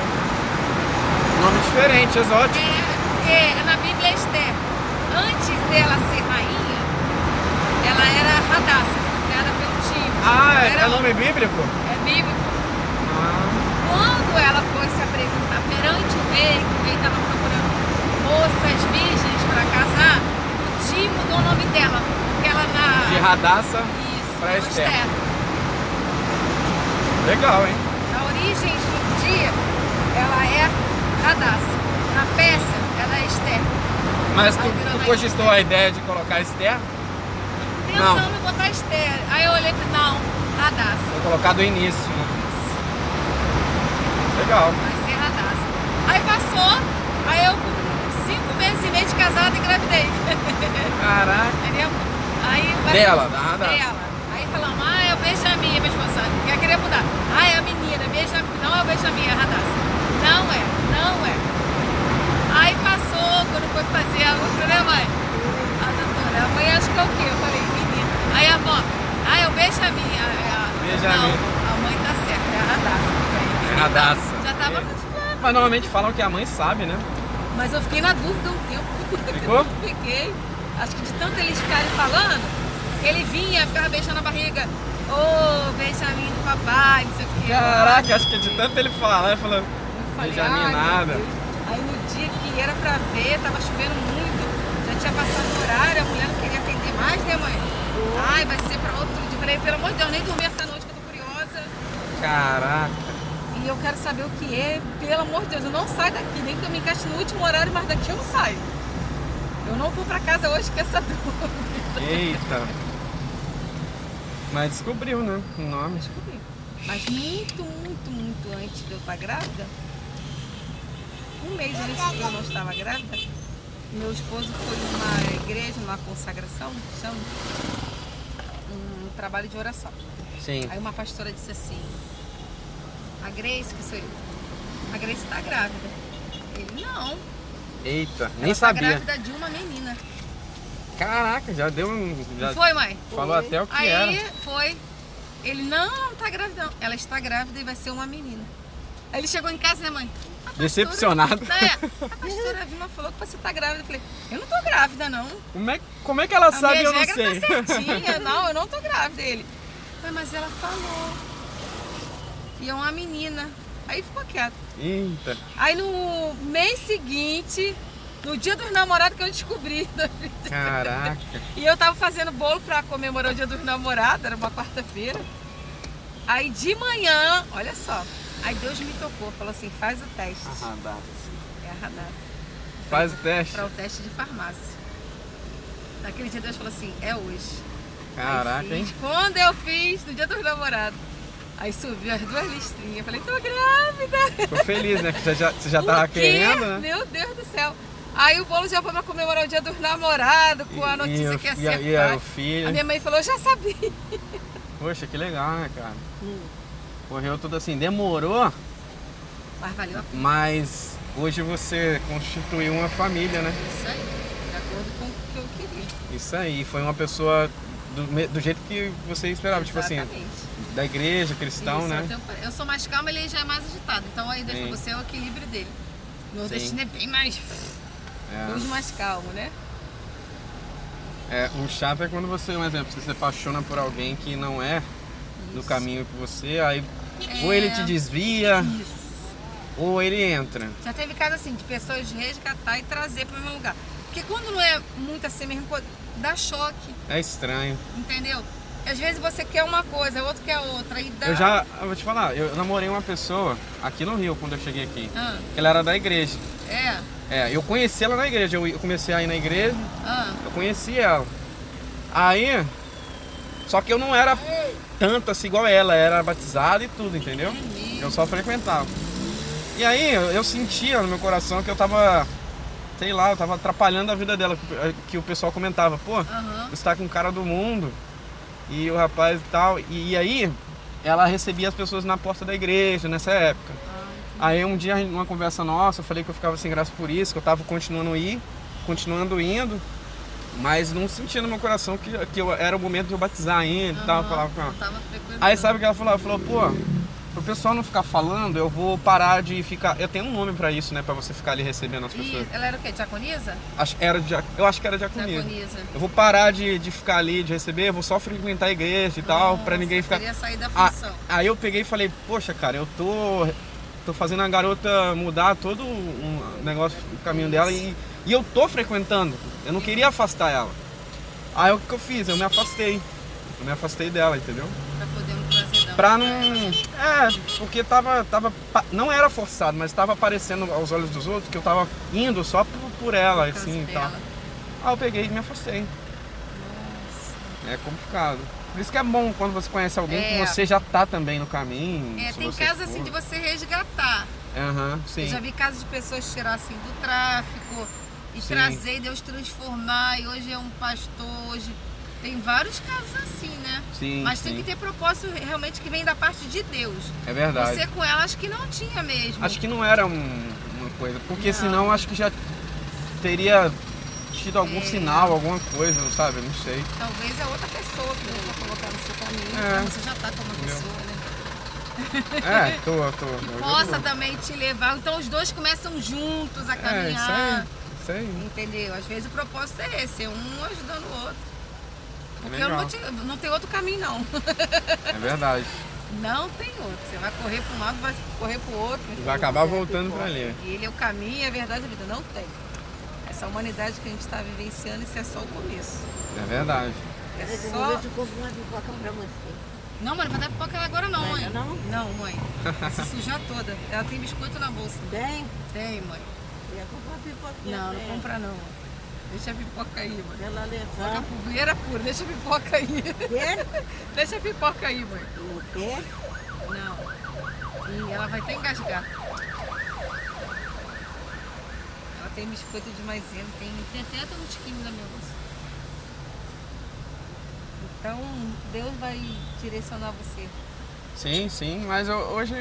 S2: nome diferente, exótico.
S1: É, porque na Bíblia é Esther. Antes dela ser rainha, ela era Radassa, criada pelo tio.
S2: Ah, é,
S1: era
S2: é nome bíblico?
S1: é bíblico.
S2: Ah,
S1: Quando ela foi se apresentar perante o rei, que o rei estava procurando moças virgens para casar, o tio mudou o nome dela, porque ela na.
S2: de radaça.
S1: Isso,
S2: pra
S1: era
S2: Esther. Legal, hein?
S1: A origem judia da Dacia. é Na peça é da Esther.
S2: Mas tu,
S1: Aí virou
S2: tu
S1: mais
S2: cogitou a ideia de colocar externo?
S1: Pensando em botar Esther. Aí eu olhei e falei, não, a Dacia.
S2: Vou colocar do início, né? Legal.
S1: Vai ser a Dacia. Aí passou, aí eu com cinco meses e meio de casada engravidei.
S2: Caraca.
S1: Entendeu? Aí vai-
S2: Dela, da Dacia.
S1: Dela. Aí falamos, ah, é o Benjamin, minha esposa. Quer querer mudar. Ah, é a menina, Benjamin. Não é o Benjamin, é a Radassa. Não é, não é. Aí passou, quando foi fazer a outra, né, mãe? A doutora, a mãe acho que é o quê? Eu falei, menina. Aí a avó, ah, é o Benjamin. A, é a...
S2: Benjamin.
S1: Não, a mãe tá certa, é a Radassa.
S2: É a É. Dacia.
S1: Já tava acostumada.
S2: Mas normalmente falam que a mãe sabe, né?
S1: Mas eu fiquei na dúvida um tempo.
S2: Ficou?
S1: Fiquei. Acho que de tanto eles ficarem falando, ele vinha, ficava beijando a barriga. Ô, Benjamin do papai, não sei o quê.
S2: Caraca, acho que de tanto ele falar, ele falou.
S1: Eu falei,
S2: Benjamin
S1: "Ai, meu
S2: nada."
S1: Deus. Aí no dia que era pra ver, tava chovendo muito, já tinha passado o horário, a mulher não queria atender mais, né, mãe? Ai, vai ser pra outro dia. Eu Falei, pelo amor de Deus, nem dormi essa noite que eu tô curiosa.
S2: Caraca.
S1: E eu quero saber o que é, pelo amor de Deus, eu não saio daqui, nem que eu me encaixe no último horário, mas daqui eu não saio. Eu não vou pra casa hoje com essa dúvida.
S2: Eita. Mas descobriu, né? O nome.
S1: descobri. Mas muito, muito, muito antes de eu estar grávida, um mês antes que eu não estava grávida, meu esposo foi numa igreja, numa consagração, que chama um trabalho de oração.
S2: Sim.
S1: Aí uma pastora disse assim, a Grace, que sou eu, a Grace está grávida. Ele, não,
S2: Eita,
S1: ela
S2: nem
S1: está
S2: sabia.
S1: grávida de uma menina.
S2: tá Caraca, já deu um. Já
S1: Não foi, mãe?
S2: falou até o que
S1: Aí
S2: era.
S1: foi. Ele, não, ela não tá grávida, não. Ela está grávida e vai ser uma menina. Aí ele chegou em casa, né, mãe? A pastora-
S2: Decepcionado.
S1: É, a pastora Vilma falou que você tá grávida. Eu falei, eu não tô grávida, não.
S2: Como é, como é que ela
S1: a
S2: sabe
S1: minha
S2: eu não
S1: regra
S2: sei?
S1: tá certinha. não, eu não tô grávida. Ele, "Ué, mas ela falou. E é uma menina. Aí ficou quieto.
S2: Eita.
S1: Aí no mês seguinte, no dia dos namorados que eu descobri,
S2: Caraca.
S1: E eu tava fazendo bolo pra comemorar o dia dos namorados, era uma quarta-feira. Aí de manhã, olha só, aí Deus me tocou, falou assim, faz o teste.
S2: Arradado.
S1: É arradado.
S2: Faz o teste.
S1: Pra o teste de farmácia. Naquele dia Deus falou assim, é hoje. Aí
S2: Caraca, hein?
S1: fiz. Quando eu fiz, no dia dos namorados. Aí subiu as duas listrinhas, falei, tô grávida.
S2: Ficou feliz, né? Que você já, você já
S1: O
S2: tava
S1: quê?
S2: querendo, né?
S1: Meu Deus do céu. Aí o bolo já foi pra comemorar o dia dos namorados, com a
S2: E-
S1: notícia
S2: e,
S1: que ia
S2: e, a-
S1: ser
S2: e a- é, o
S1: pai. A
S2: filho.
S1: minha mãe falou, eu já sabia.
S2: Poxa, que legal, né, cara?
S1: Hum.
S2: Correu tudo assim, demorou,
S1: Mas valeu a
S2: mas hoje você constituiu uma família, né?
S1: Isso aí, de acordo com o que eu queria.
S2: Isso aí, foi uma pessoa do, me- do jeito que você esperava, tipo
S1: Exatamente.
S2: assim, da igreja, cristão,
S1: Isso,
S2: né?
S1: eu tenho- Eu sou mais calma, ele já é mais agitado. Então aí deixa
S2: Sim.
S1: você o equilíbrio dele. O nordestino é bem mais. Bem
S2: É.
S1: mais calmo, né?
S2: É, o chato é quando você, um exemplo, você se apaixona por alguém que não é do caminho que você, aí ou ele
S1: É.
S2: te desvia,
S1: Isso.
S2: ou ele entra.
S1: Já teve caso assim, de pessoas resgatar e trazer para o mesmo lugar. Porque quando não é muito assim mesmo, pô, dá choque,
S2: É estranho.
S1: entendeu? Às vezes você quer uma coisa, o outro quer outra. E dá.
S2: Eu já, eu vou te falar, eu namorei uma pessoa aqui no Rio quando eu cheguei aqui.
S1: Ah,
S2: Ela era da igreja.
S1: é.
S2: É, eu conheci ela na igreja, eu eu comecei a ir na igreja,
S1: Ah,
S2: eu conheci ela. Aí, só que eu não era tanto assim igual ela, era batizada e tudo, entendeu?
S1: entendi.
S2: Eu só frequentava. E aí eu, eu sentia no meu coração que eu tava, sei lá, eu tava atrapalhando a vida dela, que, que o pessoal comentava, pô,
S1: Aham.
S2: você tá com cara do mundo e o rapaz e tal. E, e aí ela recebia as pessoas na porta da igreja nessa época.
S1: Ah.
S2: Aí um dia, numa conversa nossa, eu falei que eu ficava sem graça por isso, que eu tava continuando a ir, continuando indo, mas não sentia no meu coração que, que eu, era o momento de eu batizar ainda e tal. eu
S1: Aham.
S2: Falava com ela.
S1: Eu tava frequentando.
S2: Aí sabe o que ela falou? Ela falou, pô, pro pessoal não ficar falando, eu vou parar de ficar. Eu tenho um nome pra isso, né? Pra você ficar ali recebendo as pessoas.
S1: Ih, é. ela era o quê? Diaconisa?
S2: Acho, era dia- eu acho que era diaconia.
S1: Diaconisa.
S2: Eu vou parar de, de ficar ali, de receber, eu vou só frequentar a igreja e tal, pra
S1: Nossa,
S2: ninguém ficar.
S1: Queria sair da
S2: Ah,
S1: função.
S2: aí eu peguei e falei, poxa, cara, eu tô, tô fazendo a garota mudar todo um negócio, o caminho dela e, e eu tô frequentando. Eu não queria afastar ela. Aí o que que eu fiz? Eu me afastei. Eu me afastei dela, entendeu?
S1: Pra poder um prazer dar
S2: Pra não. É, porque tava. tava pa- não era forçado, mas tava aparecendo aos olhos dos outros que eu tava indo só por, por ela, assim e tal.
S1: Cancela.
S2: Ah, eu peguei e me afastei. É complicado. Por isso que é bom quando você conhece alguém
S1: É.
S2: que você já tá também no caminho.
S1: É,
S2: se
S1: tem
S2: você
S1: casos
S2: for.
S1: assim de você resgatar.
S2: Aham,
S1: Eu
S2: sim.
S1: já vi casos de pessoas tirar assim do tráfico e
S2: Sim.
S1: trazer, Deus transformar, e hoje é um pastor, hoje tem vários casos assim, né?
S2: Sim,
S1: Mas
S2: sim.
S1: tem que ter propósito realmente que vem da parte de Deus.
S2: É verdade.
S1: Você com ela acho que não tinha mesmo.
S2: Acho que não era um- uma coisa, porque
S1: Não.
S2: senão acho que já teria tido algum
S1: É.
S2: sinal, alguma coisa, sabe? Não sei.
S1: Talvez é outra pessoa que Deus vai colocar no seu caminho.
S2: É.
S1: então Você já tá com uma
S2: Entendeu?
S1: pessoa, né?
S2: É, tô, tô.
S1: Que
S2: Eu-
S1: possa
S2: eu-
S1: também te levar. Então os dois começam juntos a
S2: É, isso
S1: caminhar.
S2: aí. Isso aí.
S1: Entendeu? Às vezes o propósito é esse, é um ajudando o outro. Porque eu não,
S2: É Legal.
S1: vou te- não tem outro caminho, não.
S2: É verdade.
S1: Não tem outro. Você vai correr para um lado, vai correr para o outro.
S2: E vai acabar voltando pra ali.
S1: E ele é o caminho, é a verdade da vida. Não tem. Essa humanidade que a gente está vivenciando, isso é só o começo.
S2: É verdade.
S1: É
S3: Eu
S1: só.
S3: vou te comprar uma pipoca pra você.
S1: Não, mãe, não vai dar pipoca agora não,
S3: Vai
S1: mãe.
S3: dar não?
S1: Não, mãe. Vai Se sujar toda. Ela tem biscoito na bolsa.
S3: Bem,
S1: Tem, mãe.
S3: eu ia comprar uma pipoquinha.
S1: Não, não
S3: pra
S1: compra não. mãe. Deixa a pipoca aí, mãe.
S3: Ela
S1: Pipoca
S3: levar.
S1: poeira pura, deixa a pipoca aí.
S3: Quê?
S1: Deixa a pipoca aí, mãe.
S3: O quê?
S1: Não. E ela vai até engasgar. Ela tem biscoito de maisena, tem, tem até até um tiquinho da minha bolsa. Então, Deus vai direcionar você.
S2: Sim, sim, mas eu- hoje.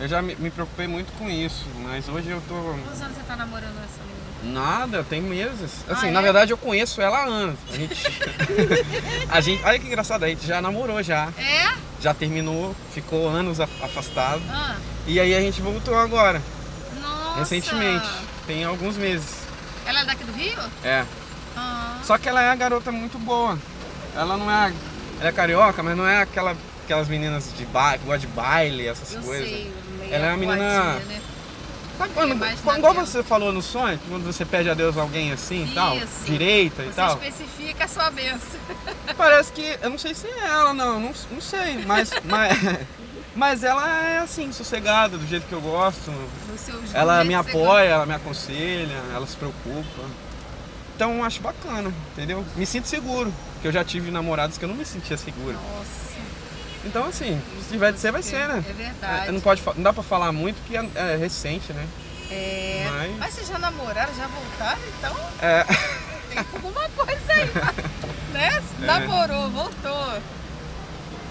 S2: Eu já me, me preocupei muito com isso, mas hoje eu tô.
S1: Quantos anos você tá namorando essa menina?
S2: Nada, tem meses. Assim,
S1: Ah,
S2: na
S1: é?
S2: verdade eu conheço ela há anos. A gente. a gente olha que engraçado, a gente já namorou já.
S1: É?
S2: Já terminou, ficou anos a- afastado.
S1: Ah,
S2: E aí a gente voltou agora,
S1: nossa!
S2: recentemente, tem alguns meses.
S1: Ela é daqui do Rio?
S2: É.
S1: Ah,
S2: Só que ela é uma garota muito boa. Ela não é. Ela é carioca, mas não é aquela, aquelas meninas de baile, que gosta de baile, essas
S1: eu
S2: coisas.
S1: sei. meio
S2: Ela é uma menina-
S1: acuadinha, Né?
S2: Sabe quando,
S1: É mais
S2: quando- igual
S1: na
S2: você falou no sonho, quando você pede a Deus alguém assim e tal,
S1: Isso.
S2: direita e
S1: Você
S2: tal,
S1: especifica a sua benção.
S2: parece que, eu não sei se é ela não, não, não sei, mas, mas, mas ela é assim, sossegada, do jeito que eu gosto,
S1: Nos seus
S2: Ela é
S1: dias
S2: me
S1: que você
S2: apoia, ela me aconselha, ela se preocupa. Então eu acho bacana, entendeu? Me sinto seguro, porque eu já tive namorados que eu não me sentia seguro.
S1: gosta. Nossa!
S2: Então assim, se tiver de ser, vai ser, né?
S1: É verdade.
S2: É, Não, pode, fa- não dá pra falar muito porque é, é recente, né?
S1: É.
S2: Mas-
S1: Mas vocês já namoraram, já voltaram, então
S2: É,
S1: tem alguma coisa aí, né?
S2: É.
S1: Namorou, voltou.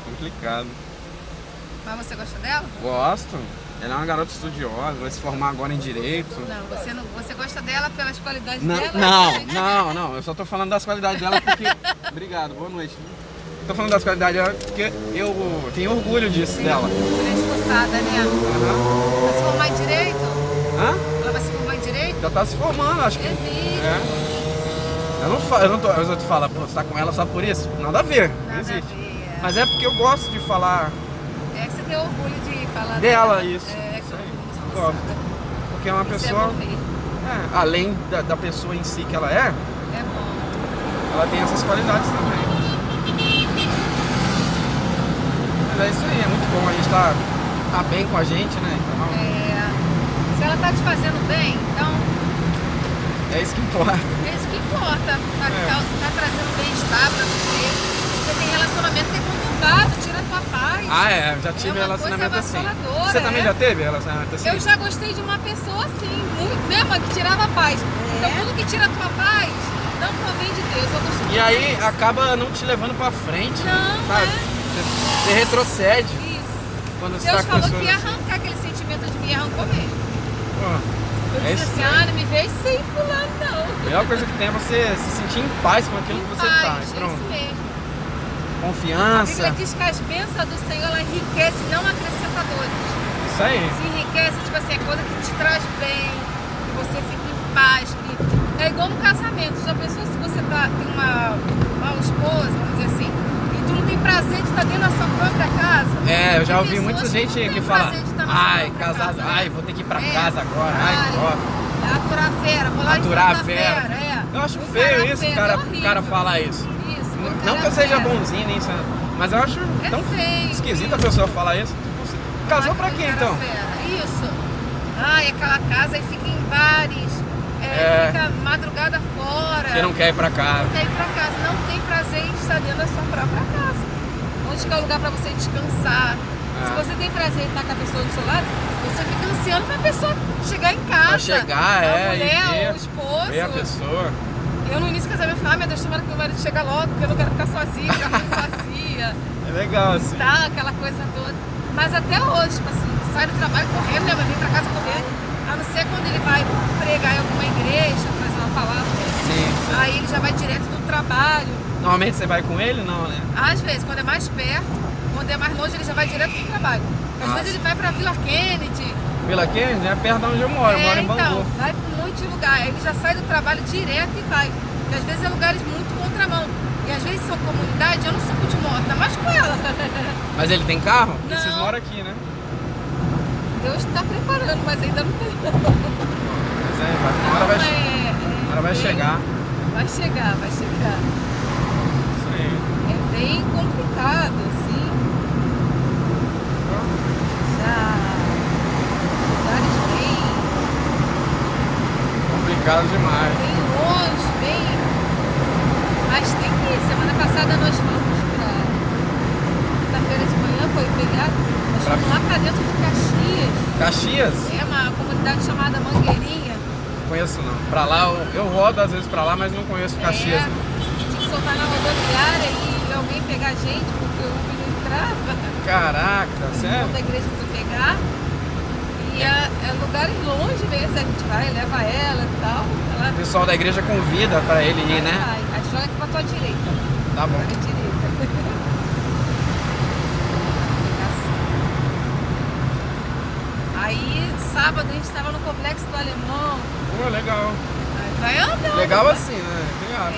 S2: complicado.
S1: Mas você gosta dela?
S2: Gosto. Ela é uma garota estudiosa, vai se formar agora em direito.
S1: Não, você não. Você gosta dela pelas qualidades
S2: Não,
S1: dela? É,
S2: não, não, não. Eu só tô falando das qualidades dela porque. Obrigado, boa noite. Tô falando das qualidades dela porque eu tenho orgulho disso dela.
S1: Ela é esforçada, né?
S2: Aham.
S1: Vai se formar em direito?
S2: Hã?
S1: Ela vai se formar em direito?
S2: Já tá se formando, acho que.
S1: É mesmo.
S2: É. Eu não, fa- eu não tô. Os outros falam, pô, você tá com ela só por isso? Nada a ver, não
S1: Nada a
S2: existe.
S1: ver, é.
S2: Mas é porque eu gosto de falar,
S1: É que você tem orgulho de falar
S2: Dela, isso.
S1: É,
S2: Isso
S1: que eu
S2: aí.
S1: sou
S2: Gosto.
S1: esforçada.
S2: porque é uma
S1: Isso
S2: pessoa.
S1: É bom, mesmo.
S2: é, além da, da pessoa em si que ela é,
S1: é bom.
S2: ela tem essas qualidades também. Mas é isso aí, é muito bom. A gente tá, tá bem com a gente, né? Então,
S1: É. Se ela tá te fazendo bem, então
S2: é isso que importa.
S1: É isso que importa. Tá,
S2: É.
S1: cau- tá trazendo bem-estar pra você. Você tem relacionamento que é conturbado, tira a tua paz.
S2: Ah, é, eu já
S1: É
S2: tive
S1: uma
S2: relacionamento
S1: coisa
S2: assim.
S1: avassaladora,
S2: Você também
S1: é?
S2: já teve relacionamento assim?
S1: Eu já gostei de uma pessoa assim, muito, né, mãe, que tirava a paz. Então tudo que tira a tua paz não provém de Deus. Eu gosto
S2: E aí
S1: disso.
S2: acaba não te levando pra frente,
S1: Não,
S2: sabe?
S1: é.
S2: Você- Você retrocede
S1: Isso.
S2: quando você
S1: Deus
S2: tá com
S1: falou
S2: pessoas
S1: que ia
S2: assim.
S1: arrancar aquele sentimento de mim e arrancou mesmo.
S2: Pô,
S1: Eu
S2: É
S1: disse
S2: isso
S1: assim,
S2: aí.
S1: ah, não me vejo sem fulano, não.
S2: a melhor coisa que tem é você se sentir em paz com aquilo que você tá.
S1: paz,
S2: E
S1: é isso
S2: Pronto.
S1: mesmo. A Bíblia
S2: Confiança.
S1: diz que as bênçãos do Senhor ela enriquece, não acrescenta dores.
S2: Isso aí.
S1: se enriquece, tipo assim, é coisa que te traz bem, que você fica em paz, que é igual um casamento. Já pensou se você tá, tem uma mal esposa, vamos dizer assim, e tu não tem prazer de estar dentro da sua própria casa?
S2: É, eu já
S1: Tem
S2: ouvi
S1: pessoas
S2: muita
S1: que
S2: gente
S1: não tem
S2: que fala,
S1: prazer de estar na sua
S2: ai,
S1: própria
S2: casado,
S1: casa, né?"
S2: ai, vou ter que ir pra
S1: É.
S2: casa agora, ai, ó.
S1: Aturar a fera, vou lá
S2: Aturar
S1: e
S2: a
S1: enfrentar
S2: fera.
S1: é.
S2: Eu acho
S1: Encarar a
S2: feio isso, o
S1: fera,
S2: cara,
S1: é
S2: o cara
S1: horrível.
S2: falar isso.
S1: Isso,
S2: Não que eu
S1: encarar a
S2: seja
S1: fera.
S2: bonzinho, nem isso, Mas eu acho
S1: É
S2: tão
S1: feio.
S2: esquisita a pessoa falar isso. Tipo, você casou pra quê
S1: quem
S2: então?
S1: Isso. Ah, e aquela casa aí fica em bares, é,
S2: É.
S1: fica madrugada fora.
S2: Você não quer ir pra cá.
S1: Não quer ir pra casa, não tem prazer em estar dentro da sua própria casa. Onde que é o lugar pra você descansar. Se
S2: Ah.
S1: você tem prazer em estar com a pessoa do seu lado, você fica ansiando pra pessoa chegar em casa.
S2: Pra chegar,
S1: a
S2: é, e
S1: mulher,
S2: ver-
S1: o
S2: Ver a
S1: esposo.
S2: pessoa.
S1: Eu no início do casamento falava, ah, meu Deus, tomara que meu marido chega logo, porque eu não quero ficar sozinha, ficar sozinha
S2: É legal assim.
S1: tá, aquela coisa toda. Mas até hoje, tipo assim, sai do trabalho correndo, né? Mas vem pra casa correndo. A não ser quando ele vai pregar em alguma igreja, fazer uma palavra.
S2: Sim.
S1: Aí ele já vai direto do trabalho.
S2: Normalmente você vai com ele? Não, né?
S1: Às vezes, quando é mais perto, quando é mais longe, ele já vai direto pro trabalho. Às
S2: Nossa.
S1: vezes ele vai pra Vila Kennedy.
S2: Vila Kennedy é perto de onde eu moro. Eu moro
S1: é,
S2: em Bangu.
S1: então, vai pra um monte de lugar. Aí ele já sai do trabalho direto e vai. Porque às vezes é lugares muito contramão. E às vezes são comunidade, eu não subo de moto, ainda mais com ela.
S2: Mas ele tem carro? Porque vocês
S1: Não.
S2: moram aqui, né?
S1: Deus está preparando, mas ainda não tem. Não,
S2: Mas é, vai- uma hora vai, che-
S1: é-
S2: uma hora vai
S1: é-
S2: chegar.
S1: Vai chegar, vai chegar.
S2: Isso aí.
S1: É bem complicado, assim. Já. Lugares bem,
S2: Complicado demais.
S1: bem longe, bem. Mas tem que ir. Semana passada nós fomos pra. Quinta-feira de manhã foi pegado. Nós
S2: Pra-
S1: fomos lá pra dentro de Caxias.
S2: Caxias?
S1: É uma comunidade chamada Mangueirinha.
S2: Conheço não. Pra lá, eu, eu rodo às vezes pra lá, mas não conheço Caxias.
S1: É,
S2: não.
S1: tinha que soltar na rodoviária e alguém pegar a gente, porque o Uber não
S2: É.
S1: entrava.
S2: Caraca,
S1: O da
S2: sério?
S1: igreja foi pegar. E é, é lugares longe mesmo, né, a gente vai, leva ela e tal. Ela
S2: O pessoal da igreja convida pra ele ir, né?
S1: vai. A gente joga aqui pra tua direita.
S2: Tá
S1: Pra
S2: bom.
S1: minha direita. Aí, sábado, a gente estava no complexo do Alemão.
S2: Pô, legal.
S1: Aí Vai andando.
S2: Legal
S1: vai.
S2: assim, né?
S1: É,
S2: Legal.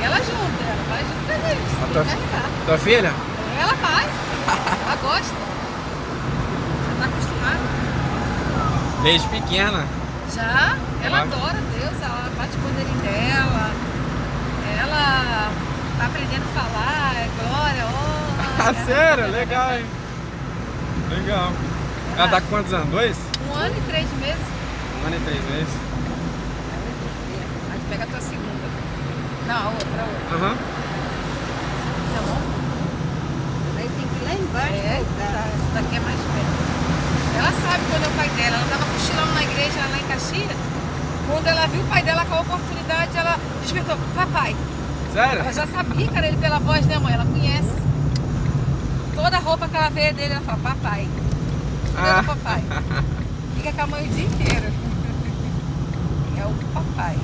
S1: e ela junto, ela vai junto com a gente.
S2: A
S1: tem
S2: tua-
S1: que carregar.
S2: Tua filha?
S1: Ela vai, ela gosta. Já tá acostumada.
S2: Desde pequena.
S1: Já, ela
S2: Ela-
S1: adora Deus, ela bate o bandeirinho dela. Ela tá aprendendo a falar, é glória,
S2: Ah,
S1: honra.
S2: sério? Legal, hein? Legal. Ela tá com quantos anos? Dois?
S1: Um ano e três meses.
S2: Um ano e três meses.
S1: Aí pega a tua segunda. Não, a outra, a outra.
S2: Aham.
S1: Tá bom?
S3: Aí tem que ir lá embaixo.
S1: É, tá.
S3: voltar.
S1: Essa daqui é mais perto. Ela sabe quando é o pai dela. Ela tava cochilando na igreja lá em Caxias. Quando ela viu o pai dela com a oportunidade, ela despertou, papai.
S2: Sério?
S1: Ela já sabia que era ele pela voz, né, mãe? Ela conhece. Toda roupa que ela vê dele, ela fala, papai. Tudo é
S2: Ah.
S1: do papai. Fica com a mãe o dia inteiro. É o papai.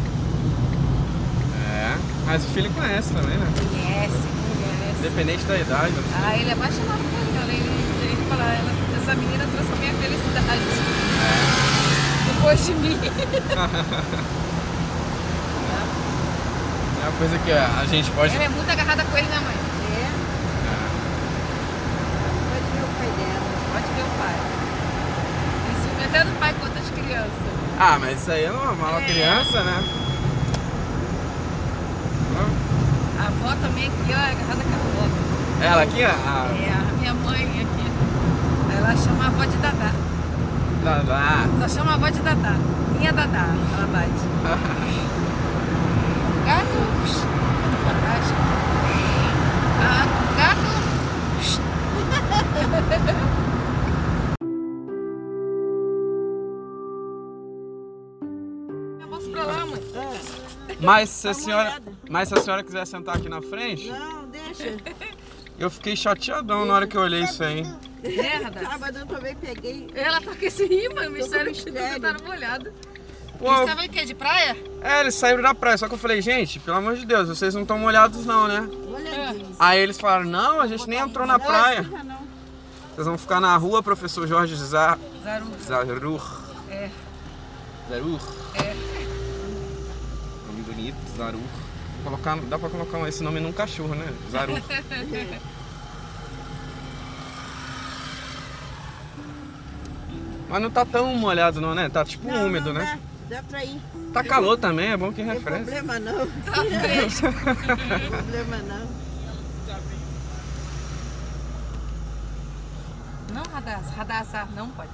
S2: É. Mas o filho conhece também, né?
S1: Conhece, conhece.
S2: Independente da idade. né?
S1: Ah, ele é apaixonado por ela. Ele, ele fala, ela, essa menina trouxe a minha felicidade. Depois de mim.
S2: É uma coisa que a gente pode.
S1: Ela é muito agarrada com ele, né, mãe?
S3: É. Pode ver o pai dela.
S1: Pode ver o pai. Tem ciúme até do pai com outras crianças.
S2: Ah, mas isso aí é normal. Uma
S1: É.
S2: criança, né?
S1: A avó também aqui, ó, é agarrada com a avó.
S2: Ela aqui, Ah, a.
S1: É, a minha mãe aqui. Ela chama a avó de Dadá.
S2: Da, da.
S1: Só chama a avó de Dadá. Minha Dadá, ela bate. Gato. psh, gato fantástico. Ah, gato. Eu posso pra lá, mãe.
S3: Ah,
S2: Mas se a
S1: Tá
S3: Dá uma
S2: senhora.
S3: olhada.
S2: Mas se a senhora quiser sentar aqui na frente,
S3: não, deixa.
S2: eu fiquei chateadão na hora que eu olhei isso aí.
S1: Tá Merda.
S3: Sábado eu também peguei.
S1: Ela tá com esse rima, mistério que você
S3: mistério.
S1: tá molhado.
S2: Pô,
S1: Eles estavam em quê? De praia?
S2: é, eles saíram da praia, só que eu falei, gente, pelo amor de Deus, vocês não estão molhados não, né?
S1: É.
S3: Olhadinho.
S2: Aí eles falaram, não, a gente nem
S1: um
S2: entrou na
S3: Não,
S2: praia.
S3: esquiva não.
S2: Vocês vão ficar na rua, professor Jorge Zar...
S1: Zaru.
S2: Zarur.
S3: Eh.
S1: É.
S2: Zarur.
S1: É.
S2: Nome bonito, Zarur. Colocar, dá pra colocar esse nome num cachorro, né? Zarur.
S1: É.
S2: Mas não tá tão molhado não, né? Tá tipo
S3: Não,
S2: úmido,
S3: não
S2: né?
S3: Dá, dá pra ir. Não
S2: Tá calor também, é bom que
S3: tem
S2: refresca.
S3: problema não.
S1: Tá fresco.
S3: Não tem problema não.
S1: Não, Radassa. Radassa não pode.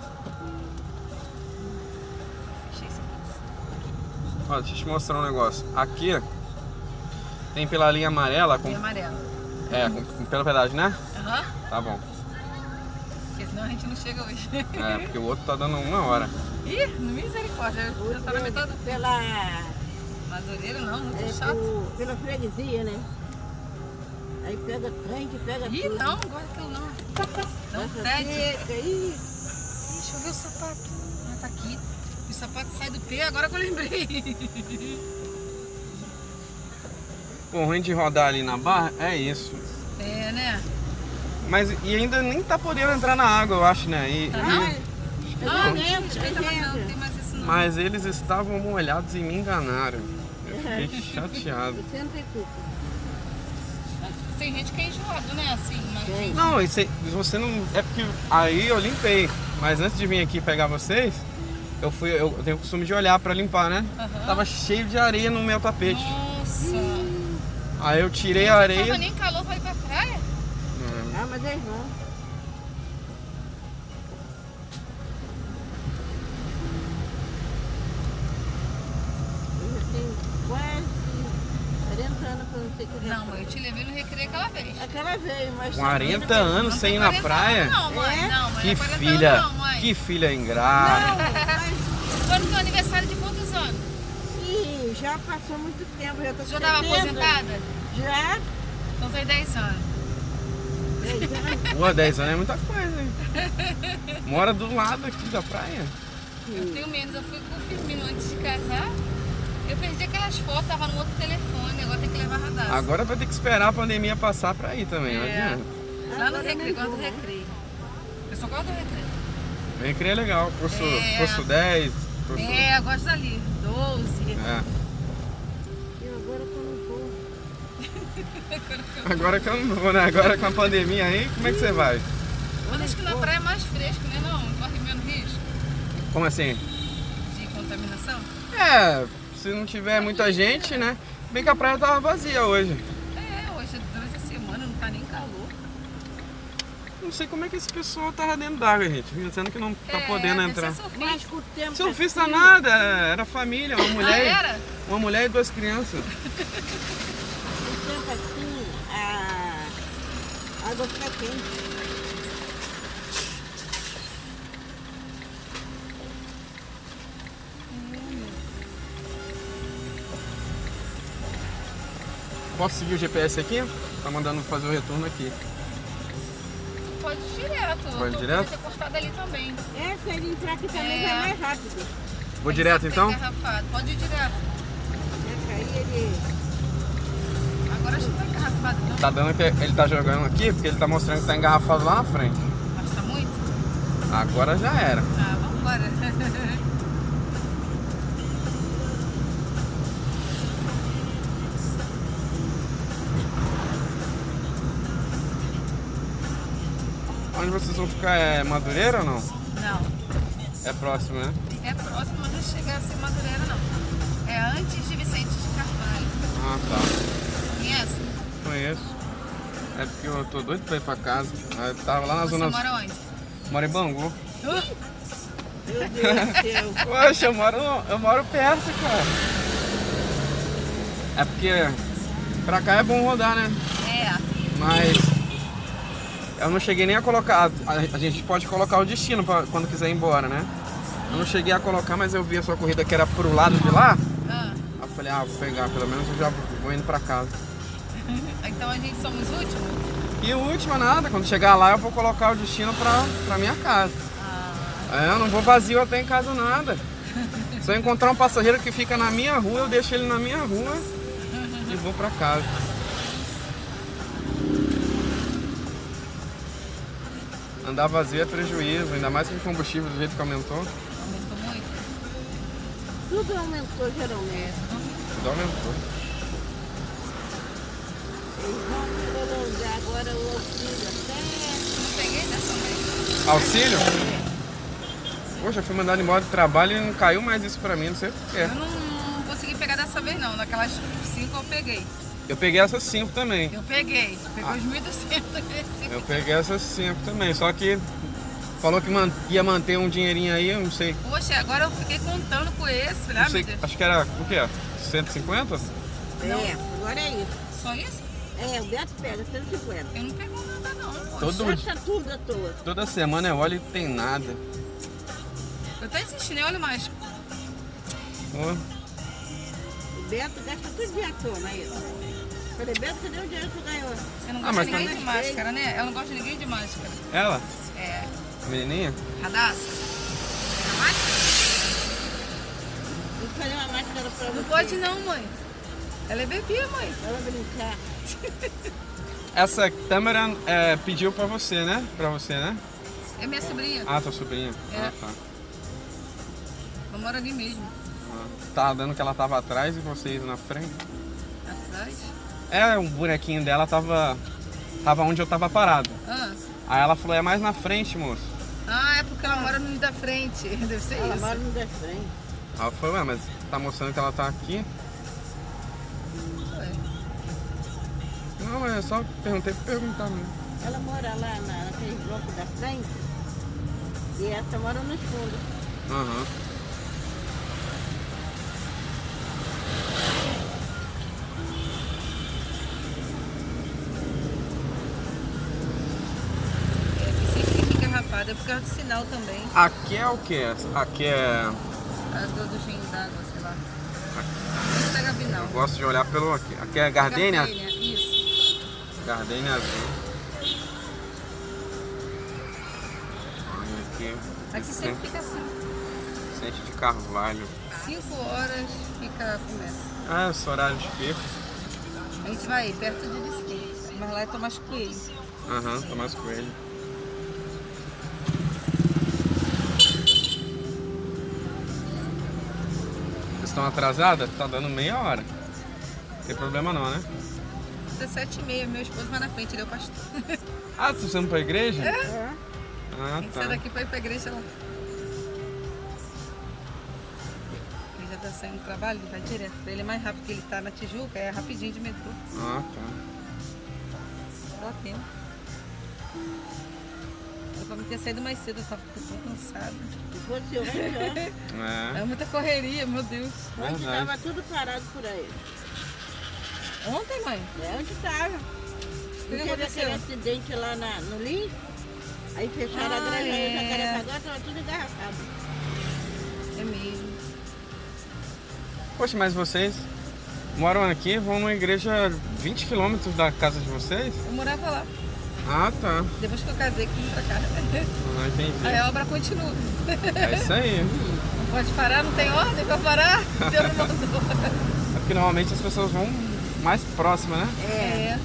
S1: Achei isso aqui.
S2: Ó, deixa eu te mostrar um negócio. Aqui tem pela linha amarela, com,
S1: E amarelo.
S2: é, com, com- pelo pedágio, né?
S1: Aham.
S2: Tá bom.
S1: Porque senão a gente não chega hoje.
S2: É, porque o outro tá dando uma hora.
S1: Ih, no misericórdia. Eu já tá na metade do
S3: Pela,
S1: Madureira não, muito
S3: é,
S1: chato.
S3: por- pela freguesia, né? Aí pega tanque, pega
S1: Ih,
S3: tudo.
S1: não, não gosto daquilo não. Não
S3: Passa
S1: pede.
S3: seca, Ih,
S1: Deixa eu ver o sapato. Ah, tá aqui. O sapato sai do pé, agora que eu lembrei.
S2: Bom, ruim de rodar ali na barra é isso.
S1: É, né?
S2: Mas e ainda nem tá podendo entrar na água, eu acho, né? E- e-
S1: Ah,
S3: não
S1: nem
S3: lembro,
S1: respeita
S3: eu
S1: mais não,
S3: lembro.
S1: não tem mais isso não.
S2: Mas eles estavam molhados e me enganaram. Eu
S1: É.
S2: fiquei chateado.
S3: Você não tem culpa.
S1: Tem gente que é enjoado, né? Assim, mas
S3: Tem.
S2: Não, isso aí- você não. É porque aí eu limpei. Mas antes de vir aqui pegar vocês, eu fui. Eu tenho o costume de olhar pra limpar, né?
S1: Aham.
S2: Tava cheio de areia no meu tapete.
S1: Nossa.
S2: Aí eu tirei a
S1: Não
S2: areia.
S1: tava nem calor pra ir pra praia?
S2: Hum,
S3: Ah, mas é irmão. Eu já tenho quase 40 anos que eu não sei que
S1: Não, mãe, eu te levei no recreio aquela vez.
S3: Aquela veio, mas.
S2: Com 40 anos sem ir
S1: tem
S2: na
S1: 40 anos
S2: praia?
S1: Não, mãe,
S3: É?
S1: não, mãe.
S2: Que
S1: não é 40 anos
S2: filha.
S1: Não, mãe.
S2: Que filha ingrata.
S3: Mas
S1: Foi no teu aniversário de quantos anos?
S3: sim, já passou muito tempo, já tô
S1: Já tava aposentada?
S3: Já.
S1: Então tem 10 anos.
S2: Pô, 10 anos é muita coisa, hein? Mora do lado aqui da praia.
S1: Eu tenho menos, eu fui com o Firmino antes de casar. Eu perdi aquelas fotos, tava no outro telefone, agora tem que levar radar.
S2: Agora vai ter que esperar a pandemia passar pra ir também, não
S1: É.
S2: adianta.
S1: Lá no recreio, gosto do recreio. Eu só gosto do recreio.
S2: Bem que é legal, posto,
S1: É.
S2: posto 10, posto...
S1: É, eu gosto dali. 12.
S2: É.
S3: Eu agora que eu não vou.
S2: Agora que eu não vou, né? Agora com a pandemia aí, como é que você vai?
S1: Mas acho que na praia é mais fresco, né? Não, corre menos risco
S2: Como assim?
S1: de contaminação.
S2: É, se não tiver muita gente, né? Bem que a praia tava vazia hoje.
S1: É, hoje, durante a semana, não tá nem calor.
S2: Não sei como é que esse pessoal tava dentro d'água, gente. Sendo que não tá
S1: é,
S2: podendo
S1: deve
S2: entrar.
S1: ser surfista.
S3: Mas com o tempo. assim,
S2: Surfista nada, era família, uma
S1: Ah,
S2: mulher,
S1: era?
S2: uma mulher e duas
S3: Com
S2: crianças.
S3: o tempo assim, a a água fica quente.
S2: Posso seguir o GPS aqui? Tá mandando fazer o retorno aqui.
S1: Pode ir direto. Eu
S2: Pode
S1: tô-
S2: direto?
S1: Podia ter cortado ali também.
S3: É, se ele entrar aqui também
S1: É.
S3: vai mais rápido.
S2: Vou
S1: Tem
S2: direto
S1: que ser
S2: então?
S1: engarrafado. Pode ir direto.
S3: Né? Que Aí ele.
S1: Agora acho que tá engarrafado, não?
S2: Tá dando que ele tá jogando aqui, porque ele tá mostrando que tá engarrafado lá na frente.
S1: Mas tá muito?
S2: Agora já era.
S1: Ah, vambora.
S2: Onde vocês vão ficar é Madureira ou não?
S1: Não.
S2: É próximo, né?
S1: É próximo, mas não chega a ser Madureira, não. É antes de Vicente de Carvalho.
S2: Ah, tá.
S1: Conhece?
S2: Conheço. É porque eu tô doido pra ir pra casa. Eu tava lá na
S1: Você
S2: zona.
S1: mora onde?
S2: Moro em Bangu.
S1: Uh,
S3: Meu Deus do céu.
S2: Poxa, eu moro, eu moro perto, cara. É porque pra cá é bom rodar, né?
S1: é.
S2: Mas eu não cheguei nem a colocar. A, a gente pode colocar o destino pra, quando quiser ir embora, né? Eu não cheguei a colocar, mas eu vi a sua corrida que era pro lado de lá.
S1: Ah,
S2: Aí eu falei, ah, vou pegar, pelo menos eu já vou indo pra casa.
S1: então a gente somos últimos?
S2: E o último é nada, quando chegar lá eu vou colocar o destino pra, pra minha casa.
S1: Ah,
S2: É, eu não vou vazio até em casa nada. Se eu encontrar um passageiro que fica na minha rua, eu deixo ele na minha rua e vou pra casa. Andar vazio é prejuízo, ainda mais com o combustível do jeito que aumentou.
S1: aumentou muito?
S3: Tudo aumentou geralmente.
S2: Tudo aumentou.
S3: Eles vão prolongar É, agora o auxílio até.
S1: Não peguei dessa vez.
S2: Auxílio? Poxa, eu fui mandado embora do trabalho e não caiu mais isso pra mim, não sei o que é.
S1: Eu não consegui pegar dessa vez, não. Naquelas cinco eu peguei.
S2: Eu peguei essas cinco também. Ah.
S1: Eu peguei. Peguei os 1.200 vezes.
S2: Eu peguei essas cinco também, só que Falou que man- ia manter um dinheirinho aí, eu não sei.
S1: Poxa, agora eu fiquei contando com esse, filha,
S2: Não
S1: Ah, meu
S2: sei
S1: Deus.
S2: acho que era o quê? 150?
S3: É, agora é isso.
S1: Só isso?
S3: É, o Beto pega 150.
S1: Eu não pego nada não, poxa.
S2: Todo-
S3: Gasta Tá tudo à toa.
S2: Toda semana eu olho e tem nada.
S1: Eu até insistindo, eu olho mais.
S2: Ó,
S3: O Beto gasta tudo à toa, não é isso? Falei, Beto, cadê o dinheiro que tu ganhou?
S1: Eu não
S2: Ah,
S1: gosto
S2: mas
S1: de ninguém
S2: também-
S1: de máscara, né? Eu não gosto de ninguém de máscara.
S2: Ela,
S1: É.
S2: a menininha,
S1: Radassa? a máscara?
S3: Eu falei uma máscara pra
S1: Não
S3: você.
S1: pode não, mãe. Ela é bebê, mãe.
S3: Ela brincar.
S2: essa câmera é, pediu pra você, né? Pra você, né?
S1: É minha sobrinha.
S2: Ah, tua sobrinha.
S1: É.
S2: Ah, tá.
S1: Eu moro ali mesmo.
S2: Ah, Tá dando que ela tava atrás e vocês na frente.
S1: Atrás.
S2: É, um bonequinho dela tava. Tava onde eu tava parado.
S1: Ah.
S2: Aí ela falou, é mais na frente, moço.
S1: ah, é porque ela mora no da frente. Deve ser
S3: Ela
S1: isso.
S3: mora no defém.
S2: Aí eu falei, ué, mas tá mostrando que ela tá aqui?
S1: Ué.
S2: Não, mas eu só perguntei pra perguntar mesmo.
S3: Ela mora lá na, naquele bloco da frente. E essa mora nos fundos.
S2: Aham.
S1: É, pensei que fica engarrafada. É por causa do sinal também.
S2: Aqui é o quê? Aqui é.
S1: A do do gin d'água, sei lá. Isso é Gabinal.
S2: Eu gosto de olhar pelo aqui. Aqui é Gardênia?
S1: Isso.
S2: Gardênia azul. Olha aqui.
S1: Aqui sempre fica assim.
S2: Vicente de Carvalho.
S1: Cinco horas fica, começa.
S2: Ah, esse horário de pico.
S1: A gente vai perto de Vicente. Mas lá é Tomás Coelho.
S2: Aham, Tomás Coelho. Vocês estão atrasadas? Tá dando meia hora. Não tem problema não, né?
S1: 17 e meia, meu esposo vai na frente, ele é o pastor.
S2: Ah, tu sendo pra igreja?
S3: É.
S2: Ah,
S1: A gente sai
S2: tá.
S1: daqui pra ir pra igreja lá. Ele já tá saindo do trabalho, ele vai direto. Pra Ele é mais rápido que ele tá na Tijuca, é rapidinho de metrô.
S2: Ah, tá.
S1: Dá tempo. Eu pra mim ter saído mais cedo, eu tava um pouco cansada.
S3: Se fosse eu, melhor.
S2: É.
S1: É muita correria, meu Deus.
S3: Onde
S2: Verdade.
S3: estava tudo parado por aí.
S1: Ontem, mãe?
S3: É onde estava.
S1: que
S3: Teve
S1: aconteceu?
S3: aquele acidente lá na- no Lins. Aí fecharam a
S1: Ah,
S3: grelha
S1: é.
S3: é. Jacarepaguá, estava tudo engarrafado.
S1: É mesmo.
S2: Poxa, mas vocês moram aqui, vão numa igreja 20 quilômetros da casa de vocês?
S1: Eu morava lá.
S2: Ah, tá.
S1: Depois que eu casei, que vim pra cá.
S2: Ah, entendi.
S1: Aí a obra continua.
S2: É isso aí.
S1: Não pode parar, não tem ordem pra parar. Deus não mandou.
S2: É porque normalmente as pessoas vão mais próxima, né?
S1: É.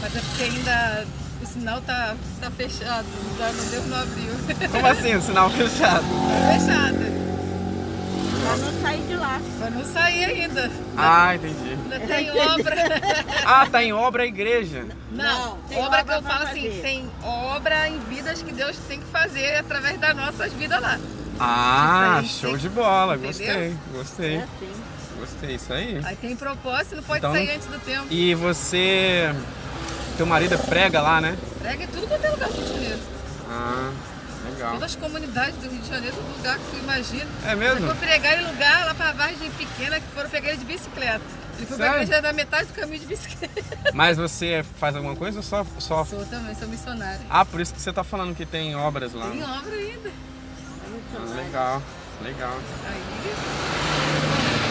S1: Mas é porque ainda o sinal tá, tá fechado. Já não deu, não abriu.
S2: Como assim, sinal fechado?
S1: Fechado.
S3: Pra não sair de lá.
S1: Mas não saí ainda.
S2: Ah, entendi.
S1: Ainda tem obra.
S2: Ah, tá em obra a igreja.
S1: Não,
S3: Não, tem
S1: obra, que
S3: obra
S1: eu
S3: pra
S1: falo assim,
S3: fazer.
S1: tem obra em vidas que Deus tem que fazer através das nossas vidas lá.
S2: Ah,
S1: Diferente,
S2: show
S1: hein?
S2: de bola. Gostei,
S1: Entendeu?
S3: É
S2: gostei,
S3: assim.
S2: gostei. Isso aí.
S1: Aí tem propósito, não pode
S2: Então-
S1: sair antes do tempo.
S2: E você. Teu marido prega lá, né?
S1: Prega em tudo quanto é lugar do Rio de Janeiro.
S2: Ah, legal.
S1: Todas as comunidades do Rio de Janeiro, todo lugar que tu imagina.
S2: É mesmo?
S1: Ele foi pregar em lugar lá pra vargem pequena que foram pegar ele de bicicleta. Ele foi
S2: Sério?
S1: pegar já da metade do caminho de bicicleta.
S2: Mas você faz alguma coisa ou só, só.
S1: Sou também, sou missionária.
S2: Ah, por isso que você tá falando que tem obras lá.
S1: Tem obra ainda.
S3: É muito
S2: Ah,
S3: mais.
S2: legal, legal.
S1: Aí,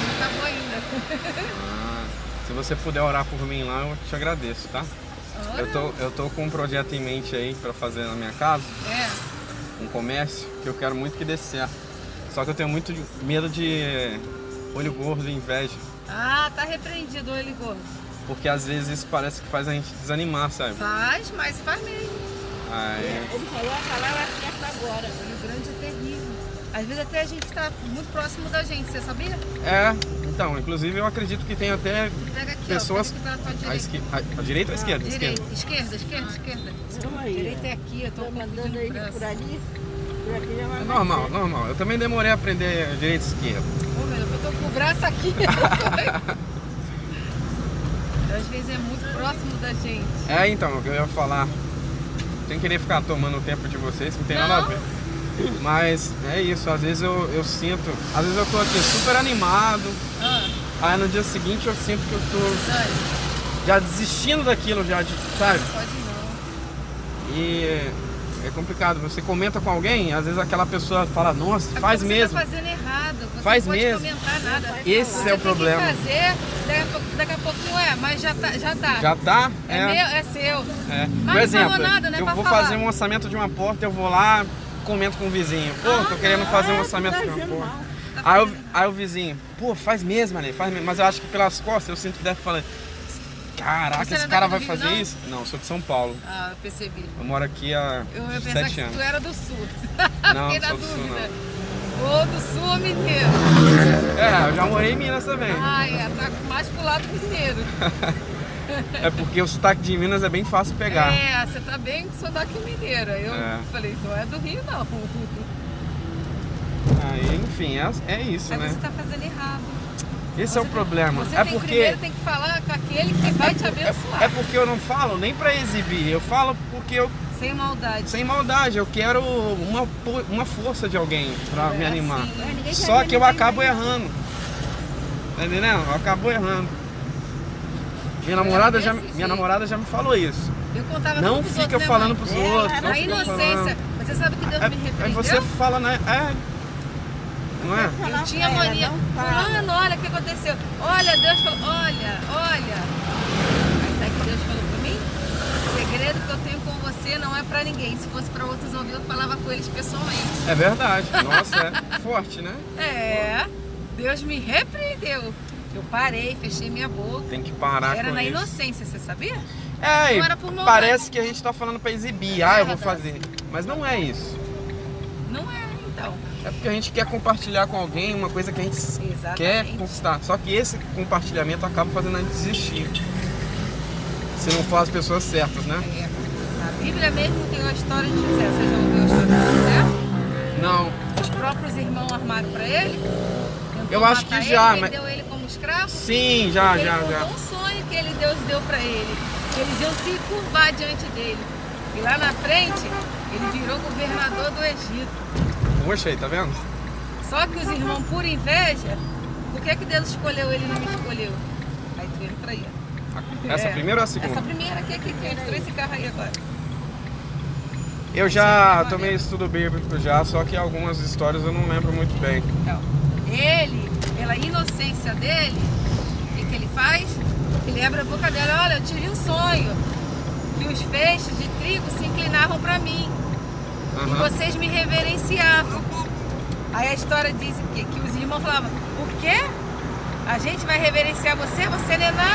S1: não acabou ainda.
S2: Ah, se você puder orar por mim lá, eu te agradeço, tá? Eu tô, eu tô com um projeto em mente aí pra fazer na minha casa,
S1: É,
S2: um comércio, que eu quero muito que dê certo. Só que eu tenho muito de- medo de olho gordo e inveja.
S1: ah, tá repreendido o olho gordo.
S2: Porque às vezes isso parece que faz a gente desanimar, sabe?
S1: Faz, mas faz mesmo.
S2: Aí,
S3: Ele falou "Ah, tá a palavra certa é agora.
S1: O olho grande é terrível. Às vezes até a gente tá muito próximo da gente, você sabia?
S2: é, então, inclusive eu acredito que tem até
S1: Pega aqui,
S2: Pessoas-
S1: ó. Pega aqui pela tua
S2: a,
S1: direita.
S2: esqui... a, a direita ou a esquerda?
S1: Direita, esquerda,
S2: Esquerda.
S1: esquerda, esquerda.
S3: Vamos Então aí.
S1: Direita é aqui, eu tô
S3: Estou mandando
S1: confundindo
S3: ele por
S1: praça.
S3: ali. Por aqui já vai
S2: É
S3: mais
S2: normal,
S3: certo.
S2: normal. Eu também demorei a aprender a direita e esquerda.
S1: Ô, meu, eu tô com o braço aqui. Às vezes é muito próximo da gente.
S2: É, então, o que eu ia falar. Sem querer ficar tomando o tempo de vocês, que não tem nada a ver. Mas é isso, às vezes eu, eu sinto, às vezes eu tô aqui super animado,
S1: Ah,
S2: aí no dia seguinte eu sinto que eu tô
S1: Dani,
S2: já desistindo daquilo, já, de, sabe?
S1: pode não.
S2: E é complicado, você comenta com alguém, às vezes aquela pessoa fala, nossa,
S1: É
S2: faz
S1: porque
S2: mesmo.
S1: Você tá fazendo errado. Você
S2: Faz
S1: não pode
S2: mesmo.
S1: comentar nada.
S2: Esse
S1: Você
S2: é o
S1: tem
S2: problema.
S1: Que fazer, daqui a pouco, daqui a pouco é, mas já tá. Já tá.
S2: Já tá?
S1: é, meu, é seu.
S2: É.
S1: Mas
S2: Por
S1: não
S2: exemplo,
S1: falou nada, né,
S2: eu
S1: pra
S2: vou
S1: falar.
S2: fazer um orçamento de uma porta, eu vou lá, comento com o vizinho. Pô, tô querendo fazer um
S3: Ah,
S2: orçamento de uma
S3: fazendo
S2: porta.
S3: mal.
S1: Tá
S2: Aí o,
S1: fazendo errado.
S2: aí o vizinho, pô, faz mesmo, Ale, faz mesmo. Mas eu acho que pelas costas eu sinto que deve falar, caraca,
S1: Você
S2: esse
S1: não é
S2: cara
S1: daqui do
S2: vai
S1: Rio,
S2: fazer
S1: não?
S2: isso? Não, eu sou de São Paulo.
S1: Ah, eu percebi.
S2: Eu moro aqui há
S1: Eu ia pensar que
S2: 7 anos.
S1: tu era do sul.
S2: Não,
S1: Fiquei na
S2: sou do sul,
S1: dúvida. Ou do sul ou mineiro.
S2: É, eu já morei em Minas também.
S1: Ah, é, tá mais pro lado mineiro.
S2: É porque o sotaque de Minas é bem fácil pegar.
S1: É, você tá bem com sotaque mineira. Eu
S2: É.
S1: falei, não é do Rio, não.
S2: Aí, enfim, é, é isso,
S1: Mas
S2: né?
S1: você tá fazendo errado.
S2: Esse
S1: Você
S2: é o
S1: tem-
S2: problema.
S1: Você
S2: É
S1: tem,
S2: porque
S1: primeiro tem que falar com aquele que vai te abençoar.
S2: é porque eu não falo nem pra exibir, eu falo porque eu
S1: Sem maldade.
S2: é, sem maldade, eu quero uma, po- uma força de alguém pra
S1: É
S2: me animar.
S1: assim,
S3: Mas ninguém quer
S2: Só
S3: ver
S2: que eu
S3: ninguém
S2: acabo
S3: mais.
S2: errando. Tá entendendo? Eu acabo errando. Minha namorada, já,
S1: desse
S2: minha
S1: jeito.
S2: namorada já me falou isso.
S1: Eu contava
S2: Não
S1: tudo pros
S2: fica
S1: outros, né, mãe?
S2: falando pros
S3: É,
S2: outros.
S3: a
S2: não
S1: Na
S2: fica
S1: inocência.
S2: falando.
S1: Mas Você sabe que Deus me
S2: É, aí
S1: repreendeu?
S2: você fala, né? É, não é?
S3: Falar
S1: Eu
S3: pra
S1: tinha
S3: ela,
S1: mania.
S3: não fala.
S1: Fulano, olha o que aconteceu. Olha, Deus falou, olha, olha. Mas sabe o que Deus falou pra mim? O segredo que eu tenho com você não é pra ninguém. Se fosse pra outros ouvir, eu falava com eles pessoalmente.
S2: É verdade. Nossa, é forte, né?
S1: É, Deus me repreendeu. Eu parei, fechei minha boca.
S2: Tem que parar
S1: Era
S2: com
S1: na
S2: isso.
S1: inocência, você sabia?
S2: É,
S1: Não era por maldade.
S2: parece que a gente tá falando pra exibir. Ah, eu vou
S1: Nada.
S2: fazer. Mas não é isso.
S1: Não é, então.
S2: É porque a gente quer compartilhar com alguém uma coisa que a gente quer
S1: Exatamente.
S2: conquistar. Só que esse compartilhamento acaba fazendo a gente desistir. Se não for as pessoas certas, né?
S1: É. Na Bíblia mesmo tem a história de José. Você já ouviu a história de José?
S2: Não.
S1: Os próprios irmãos armaram pra ele? Tentou
S2: Eu acho
S1: matar
S2: que já,
S1: ele,
S2: mas-
S1: Vendeu ele como escravo?
S2: Sim, já,
S1: ele
S2: já,
S1: contou
S2: já.
S1: um sonho que ele, Deus deu pra ele. que Eles iam se curvar diante dele. E lá na frente, ele virou governador do Egito.
S2: Poxa aí, tá vendo?
S1: Só que os irmãos, por inveja, por que, que Deus escolheu ele e não me escolheu? Aí tu entra aí. ó.
S2: Essa
S1: É.
S2: primeira ou a
S1: Essa
S2: segunda?
S1: primeira aqui, que que entrou esse carro aí agora.
S2: Eu já tomei estudo bíblico já, só que algumas histórias eu não lembro muito bem.
S1: Então, ele, pela inocência dele, o que, que ele faz? Ele abre a boca dela, olha, eu tive um sonho. Que os feixes de trigo se inclinavam para mim. E
S2: Aham.
S1: vocês me reverenciavam. Aí a história diz o quê? Que os irmãos falavam, por quê? A gente vai reverenciar você? Você não é nada.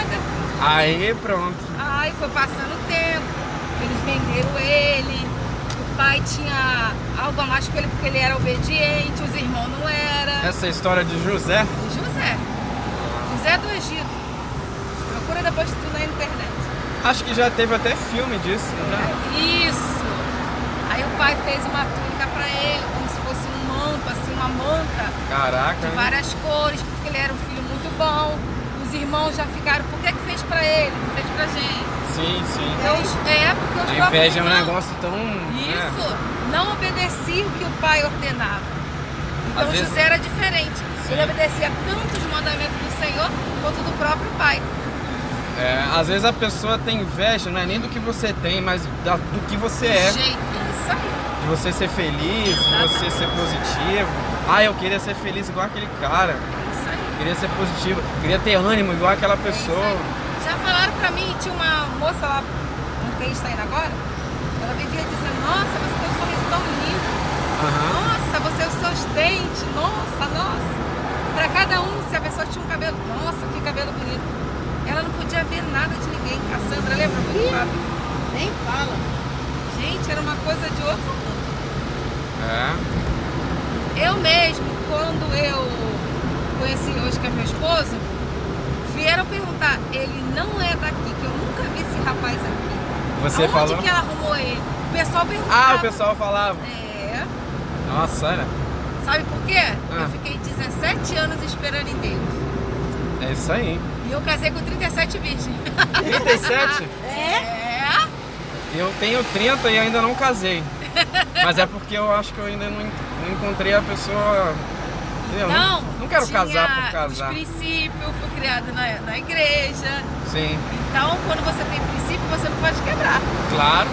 S2: Aí pronto.
S1: Aí foi passando o tempo, eles venderam ele, o pai tinha algo a mais com ele porque ele era obediente, os irmãos não eram.
S2: Essa história de José,
S1: E José. José do Egito. Procura depois tudo na internet.
S2: acho que já teve até filme disso, né?
S1: Isso! Aí o pai fez uma túnica pra ele, como se fosse um manto, assim, uma manta
S2: Caraca.
S1: de
S2: né?
S1: várias cores, porque ele era um filho muito bom. Os irmãos já ficaram, por que que fez pra ele? Não fez pra gente.
S2: Sim, sim.
S1: Então, os- é, porque os
S2: Uhum. A
S1: próprios
S2: inveja é um
S1: irmãos-
S2: negócio tão. né?
S1: Isso! Não obedecia o que o pai ordenava. Então
S2: Às
S1: José
S2: vezes-
S1: era diferente.
S2: Sim.
S1: Ele obedecia tanto os mandamentos do Senhor quanto do próprio pai.
S2: É, às vezes a pessoa tem inveja, não é nem do que você tem, mas da- do que você
S1: É.
S2: é.
S1: Jeito, isso aí.
S2: De você ser feliz, de você ser positivo. Ah, eu queria ser feliz igual aquele cara.
S1: Isso aí. É
S2: Queria ser positivo, queria ter ânimo igual aquela pessoa.
S1: Já falaram pra mim, tinha uma moça lá, não tem está indo agora, ela vivia dizendo, nossa, você tem um sorriso tão lindo,
S2: Aham.
S1: nossa, você é os seus dentes, nossa, nossa. Pra cada um, se a pessoa tinha um cabelo, nossa, que cabelo bonito. Ela não podia ver nada de ninguém. A Sandra lembra muito Fábio?
S3: Nem fala.
S1: Gente, era uma coisa de outro mundo.
S2: É.
S1: Eu mesmo, quando eu conheci hoje que é meu esposo, vieram perguntar, ele não é daqui, que eu nunca vi esse rapaz aqui.
S2: Você
S1: Aonde
S2: falou.
S1: que é? ela arrumou ele? O pessoal perguntava.
S2: Ah, o pessoal falava.
S1: É.
S2: Nossa, olha.
S1: Sabe por quê?
S2: Ah.
S1: Eu fiquei 17 anos esperando em Deus.
S2: É isso aí.
S1: E eu casei com 37 virgens.
S2: 37?
S3: É?
S1: É.
S2: Eu tenho 30 e ainda não casei. Mas é porque eu acho que eu ainda não, en- não encontrei a pessoa. entendeu?
S1: Não,
S2: não quero
S1: tinha
S2: casar por casar.
S1: Os princípios, foi criado na, na igreja.
S2: Sim,
S1: Então, quando você tem princípio, você não pode quebrar.
S2: claro.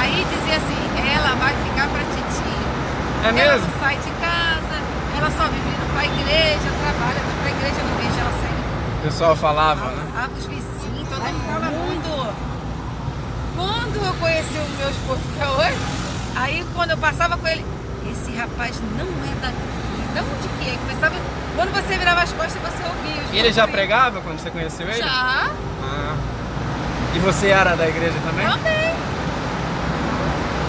S1: Aí dizia assim, ela vai ficar pra titia.
S2: É
S1: Ela
S2: mesmo?
S1: não sai de casa, ela só vive indo pra igreja, trabalha, vai pra igreja, não vejo ela sair.
S2: O pessoal falava, né?
S1: Ah, os vizinhos, todo mundo fala muito. Quando eu conheci o meu esposo que é hoje, aí quando eu passava com ele, esse rapaz não é daqui, não de que é? Começava, quando você virava as costas, você ouvia. os
S2: E ele já
S1: grupinhos.
S2: pregava quando você conheceu ele?
S1: Já,
S2: Ah. E você era da igreja também?
S1: também.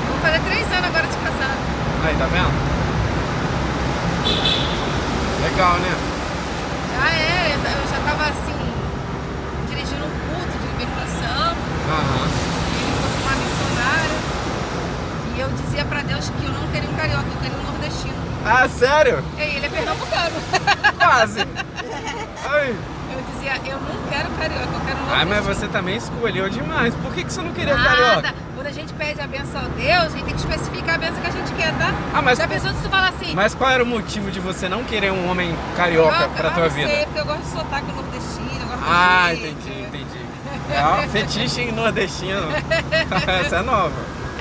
S1: Vou fazer três anos agora de casado.
S2: Aí, tá vendo? Legal, né?
S1: Já é, eu já tava assim, dirigindo um culto de libertação.
S2: Aham.
S1: Ele foi pra uma missionária. E eu dizia pra Deus que eu não queria um carioca, eu queria um nordestino.
S2: Ah, sério?
S1: E aí, ele é pernambucano.
S2: Quase! Ai.
S1: Eu dizia, eu não quero carioca, eu quero
S2: Ai, Ah, mas
S1: nordestino.
S2: você também escolheu demais. Por que, que você não queria
S1: Nada.
S2: carioca?
S1: Quando a gente pede a benção a Deus, a gente tem que especificar a benção que a gente quer, tá?
S2: Ah, mas,
S1: Já pensou se tu fala assim?
S2: mas qual era o motivo de você não querer um homem carioca pra
S1: ah,
S2: tua
S1: não
S2: vida?
S1: sei, porque eu gosto de sotaque nordestino, eu gosto de
S2: Ah,
S1: jeito.
S2: entendi, entendi. Ah, fetiche em nordestino. Essa é nova.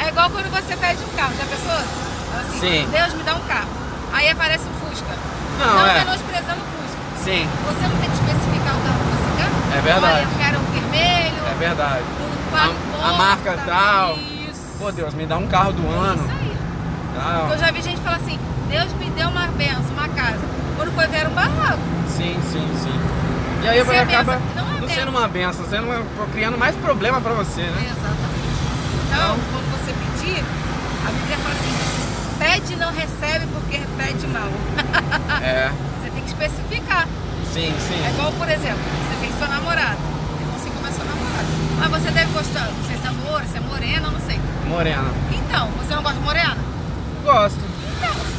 S1: É igual quando você pede um carro, já pensou? Fala assim,
S2: Sim.
S1: Deus me dá um carro. Aí aparece o Fusca.
S2: Não, é.
S1: menosprezando o Fusca.
S2: Sim,
S1: Você não tem que especificar o carro que você quer?
S2: É verdade.
S1: Olha, eu quero um vermelho,
S2: é verdade.
S1: um quatro
S2: A- a marca
S1: portas,
S2: tal.
S1: Isso.
S2: Pô, Deus, me dá um carro do
S1: É
S2: ano.
S1: Isso aí. Eu
S2: Ah,
S1: já vi gente falar assim, Deus me deu uma benção, uma casa. Quando foi ver era um barraco.
S2: sim, sim, sim. E aí
S1: Isso é
S2: acaba
S1: benção, não é
S2: não
S1: benção.
S2: sendo uma benção, sendo uma, criando mais problema pra você, né?
S1: Exatamente. Então, quando você pedir, a Bíblia fala assim, pede e não recebe porque pede mal.
S2: É,
S1: Você tem que especificar.
S2: sim,
S1: Ah. É
S2: sim.
S1: igual, por exemplo, você tem sua namorada. Eu não sei como é sua namorada. Mas você deve gostar, não sei se é loura, se é morena, eu não sei.
S2: Morena.
S1: Então, você não gosta de morena?
S2: Gosto.
S1: Então,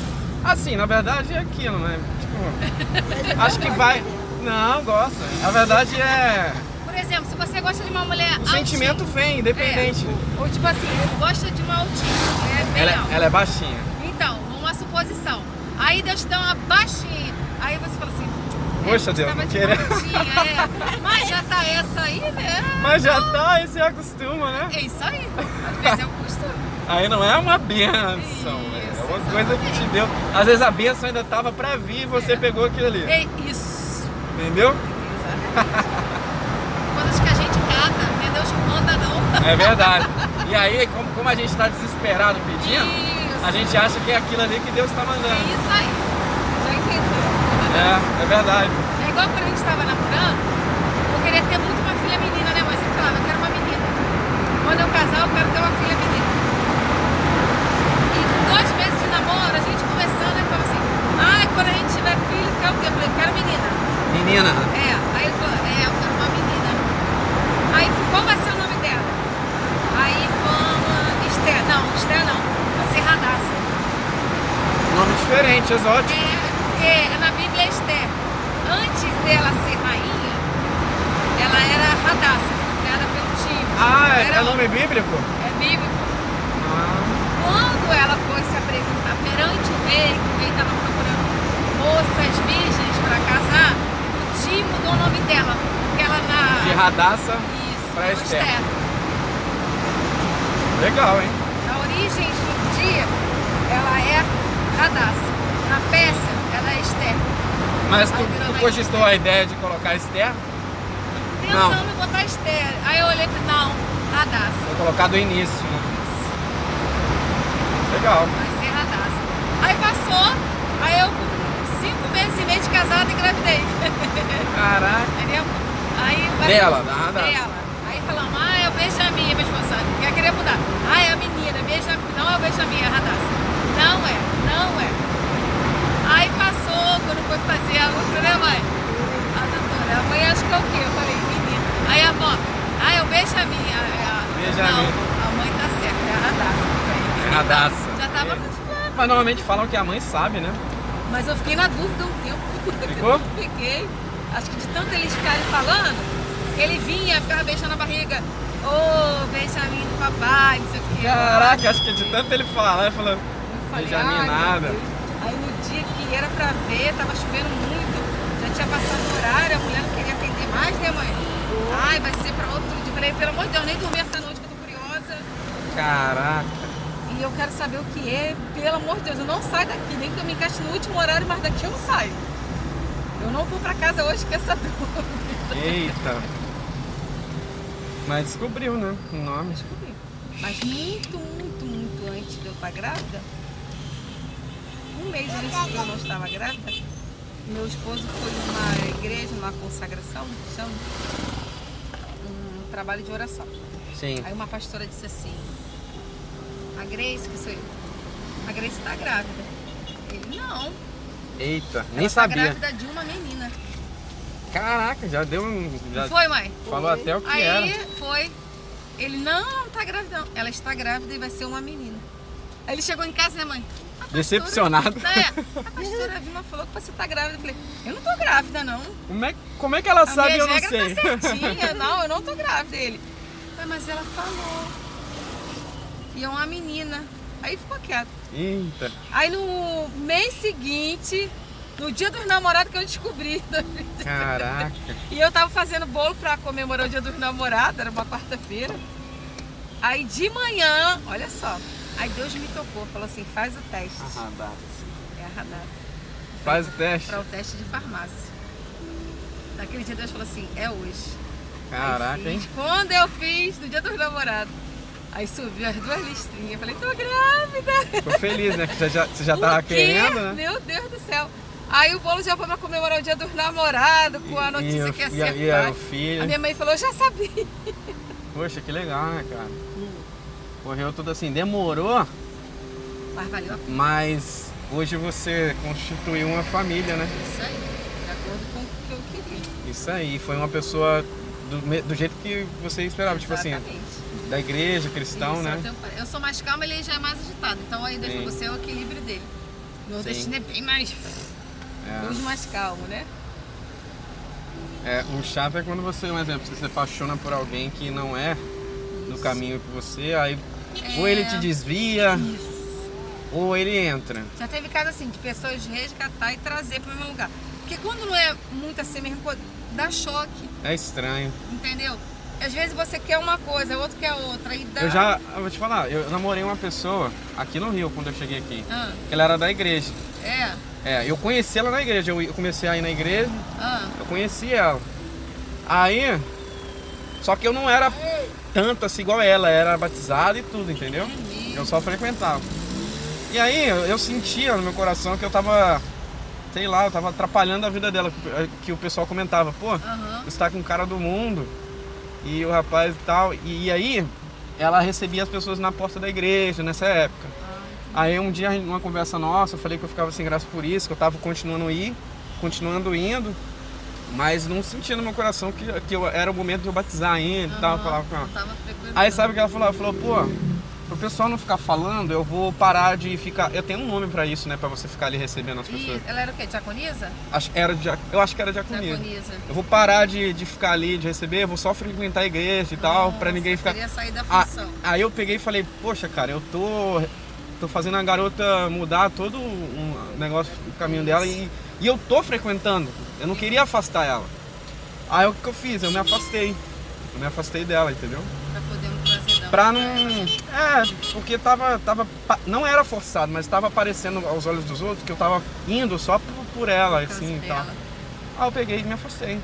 S2: Assim, na verdade é aquilo, né? Tipo, acho que vai. Não, gosta. Na verdade é.
S1: por exemplo, se você gosta de uma mulher
S2: O
S1: altinha,
S2: sentimento vem, independente.
S1: é, ou tipo assim, eu gosto de uma altinha, que é bem
S2: Ela,
S1: alta.
S2: ela é baixinha.
S1: Então, uma suposição. Aí Deus te dá uma baixinha. Aí você fala assim.
S2: Poxa, Deus,
S1: tava
S2: não
S1: de
S2: queria.
S1: bonitinha, é. Mas já tá essa aí, né?
S2: Mas já tá, aí você acostuma, né?
S1: É isso aí. Às vezes é o costume.
S2: Aí não é uma benção, né? é
S1: Isso,
S2: uma coisa que te deu. Às vezes a benção ainda tava pra vir e você
S1: É.
S2: pegou aquilo ali.
S1: É isso.
S2: Entendeu?
S1: Exatamente. Coisas que a gente cata, não é Deus que manda, não.
S2: É verdade. E aí, como, como a gente tá desesperado pedindo,
S1: Isso.
S2: a gente acha que é aquilo ali que Deus tá
S1: É
S2: mandando.
S1: isso aí. Já entendeu?
S2: É, é verdade.
S1: É igual quando a gente estava namorando, eu queria ter muito uma filha menina, né? Mas eu falava, eu quero uma menina. Quando eu casar, eu quero ter uma filha menina. E com dois meses de namoro, a gente conversando, ele falou assim, ah, quando a gente tiver filho, quer o quê? Eu falei, quero menina.
S2: Menina,
S1: É, aí ele falou, é, eu quero uma menina. Aí, qual vai ser o nome dela? Aí, vamos, Esther, não, Esther não, vai ser Radassa.
S2: nome diferente,
S1: É,
S2: exótico.
S1: porque na Bíblia é Esther. Antes dela ser rainha, ela era Radassa, criada pelo tio.
S2: Ah, é,
S1: era
S2: é nome bíblico?
S1: é bíblico.
S2: Ah,
S1: Quando ela foi se apresentar perante o rei, que o rei estava procurando moças virgens para casar, o tio mudou o nome dela, porque ela na.
S2: de radaça.
S1: Isso,
S2: pra
S1: virou
S2: Esther. Legal, hein?
S1: Na origem judia, ela é Radassa. Na Pérsia, ela é Esther.
S2: Mas tu,
S1: Aí virou
S2: tu
S1: mais
S2: cogitou a ideia de colocar Esther? Não.
S1: Pensando em botar Esther. Aí eu olhei e falei, não, Radassa.
S2: Vou colocar do início, né? Legal.
S1: Vai ser Radassa. Aí passou, aí eu com cinco meses e meio de casada engravidei.
S2: Caraca.
S1: Entendeu? Aí vai-
S2: Dela, da Radassa.
S1: Dela. Aí falamos, ah, é o Benjamin, minha esposa. Eu queria mudar. Ah, é a menina, Benjamin. Não é o Benjamin, é a Radassa. Não é, não é. Aí passou, quando foi fazer a outra, né, mãe? A doutora, a mãe acho que é o quê? Eu falei, menina. Aí a avó, ah, é o Benjamin. A, a,
S2: Benjamin.
S1: Não, a mãe tá certa, é a Radassa.
S2: É Radassa.
S1: Já tava nos planos.
S2: Mas normalmente falam que a mãe sabe, né?
S1: Mas eu fiquei na dúvida um tempo.
S2: Ficou?
S1: Fiquei. Acho que de tanto eles ficarem falando, ele vinha, ficava beijando a barriga. Ô, Benjamin do papai, não sei o que.
S2: Caraca, acho que de tanto ele falar, né? ele falou,
S1: Eu falei,
S2: Benjamin
S1: "Ai, meu
S2: nada."
S1: Deus. Aí no dia que era pra ver, tava chovendo muito, já tinha passado o horário, a mulher não queria atender mais, né, mãe? Ai, vai ser pra outro dia. Eu Falei, pelo amor de Deus, nem dormi essa noite que eu tô curiosa.
S2: caraca.
S1: E eu quero saber o que é, pelo amor de Deus, eu não saio daqui, nem que eu me encaixe no último horário, mas daqui eu não saio. Eu não vou pra casa hoje com essa dúvida.
S2: Eita. Mas descobriu, né? O nome.
S1: Descobri. Mas muito, muito, muito antes de eu estar grávida, um mês antes que eu não estava grávida, meu esposo foi numa igreja, numa consagração, chama, um trabalho de oração.
S2: Sim.
S1: Aí uma pastora disse assim, a Grace, que sou eu, a Grace está grávida. Ele, não,
S2: Eita,
S1: ela tá
S2: nem sabia.
S1: grávida de uma menina.
S2: Caraca, já deu um. Já
S1: Não foi, mãe?
S2: falou até o que
S1: Aí
S2: era.
S1: foi. Ele, não, ela não tá grávida não. Ela está grávida e vai ser uma menina. Aí ele chegou em casa, né, mãe? A pastora-
S2: Decepcionado.
S1: É, a pastora Vilma falou que você tá grávida. Eu falei, eu não tô grávida, não.
S2: Como é, como é que ela
S1: a
S2: sabe,
S1: minha
S2: eu não
S1: regra
S2: sei.
S1: tá certinha. não, eu não tô grávida. Ele, "Ué, mas ela falou. E é uma menina. Aí ficou quieto.
S2: Eita.
S1: Aí no mês seguinte, no dia dos namorados que eu descobri.
S2: Caraca.
S1: E eu tava fazendo bolo pra comemorar o dia dos namorados, era uma quarta-feira. Aí de manhã, olha só, aí Deus me tocou, falou assim, faz o teste. É arradado.
S2: Faz o teste.
S1: Pra o teste de farmácia. Naquele dia Deus falou assim, é hoje. Aí
S2: Caraca, hein?
S1: fiz. Quando eu fiz, no dia dos namorados. Aí subiu as duas listrinhas, eu falei, tô grávida.
S2: Ficou feliz, né? Que você já, você já
S1: O
S2: tava
S1: quê?
S2: querendo, né?
S1: Meu Deus do céu. Aí o bolo já foi pra comemorar o dia dos namorados, com a
S2: E-
S1: notícia
S2: e,
S1: que ia
S2: e,
S1: ser
S2: e, e o
S1: pai.
S2: filho.
S1: A minha mãe falou, eu já sabia.
S2: Poxa, que legal, né, cara? Correu tudo assim, demorou,
S1: Mas valeu a
S2: mas hoje você constituiu uma família, né?
S1: Isso aí, de acordo com o que eu queria.
S2: Isso aí, foi uma pessoa do, me- do jeito que você esperava, tipo assim,
S1: Exatamente.
S2: da igreja, cristão,
S1: Isso,
S2: né?
S1: eu tenho pare- Eu sou mais calma, ele já é mais agitado. Então aí Deus
S2: Sim.
S1: pra você é o equilíbrio dele. Nordestino é bem mais.
S2: Ah.
S1: Bem mais calmo, né?
S2: É, o chato é quando você, um exemplo, você se apaixona por alguém que não é no caminho que você, aí ou ele
S1: É.
S2: te desvia, ou ele entra.
S1: Já teve caso assim de pessoas resgatar e trazer pro mesmo lugar. Porque quando não é muito assim mesmo, pô, dá choque,
S2: É estranho.
S1: entendeu? Às vezes você quer uma coisa, o outro quer outra, e dá.
S2: Eu já, eu vou te falar, eu namorei uma pessoa aqui no Rio quando eu cheguei aqui.
S1: Ah,
S2: Ela era da igreja.
S1: é.
S2: É, eu conheci ela na igreja, eu eu comecei a ir na igreja,
S1: Ah,
S2: eu conheci ela. Aí, só que eu não era tanto assim igual ela, era batizada e tudo, entendeu?
S1: entendi.
S2: Eu só frequentava. E aí eu eu sentia no meu coração que eu tava, sei lá, eu tava atrapalhando a vida dela, que- que o pessoal comentava, pô,
S1: Aham.
S2: você tá com cara do mundo, e o rapaz e tal. E, e aí ela recebia as pessoas na porta da igreja nessa época. Aí um dia, numa conversa nossa, eu falei que eu ficava sem graça por isso, que eu tava continuando ir, continuando indo, mas não sentia no meu coração que, que eu, era o momento de eu batizar ainda e tal, eu falava com ela.
S1: Não tava frequentando.
S2: Aí sabe o que ela falou? Ela falou, pô, pro pessoal não ficar falando, eu vou parar de ficar. Eu tenho um nome pra isso, né? Pra você ficar ali recebendo as pessoas.
S1: Ih, ela era o quê? Diaconisa?
S2: Acho, era dia- eu acho que era diaconia.
S1: Diaconisa.
S2: Eu vou parar de, de ficar ali, de receber, eu vou só frequentar a igreja e tal, pra ninguém ficar.
S1: Queria sair da
S2: Ah,
S1: função.
S2: aí eu peguei e falei, poxa, cara, eu tô, tô fazendo a garota mudar todo um negócio, o caminho dela e, e eu tô frequentando. Eu não queria afastar ela. Aí o que que eu fiz? Eu me afastei. Eu me afastei dela, entendeu?
S1: Pra um podermos trazer da
S2: Pra não.
S1: outra.
S2: É, porque tava. tava pa- não era forçado, mas tava aparecendo aos olhos dos outros que eu tava indo só por, por ela,
S1: Por causa
S2: assim e tal.
S1: dela.
S2: Aí Ah, eu peguei e me afastei.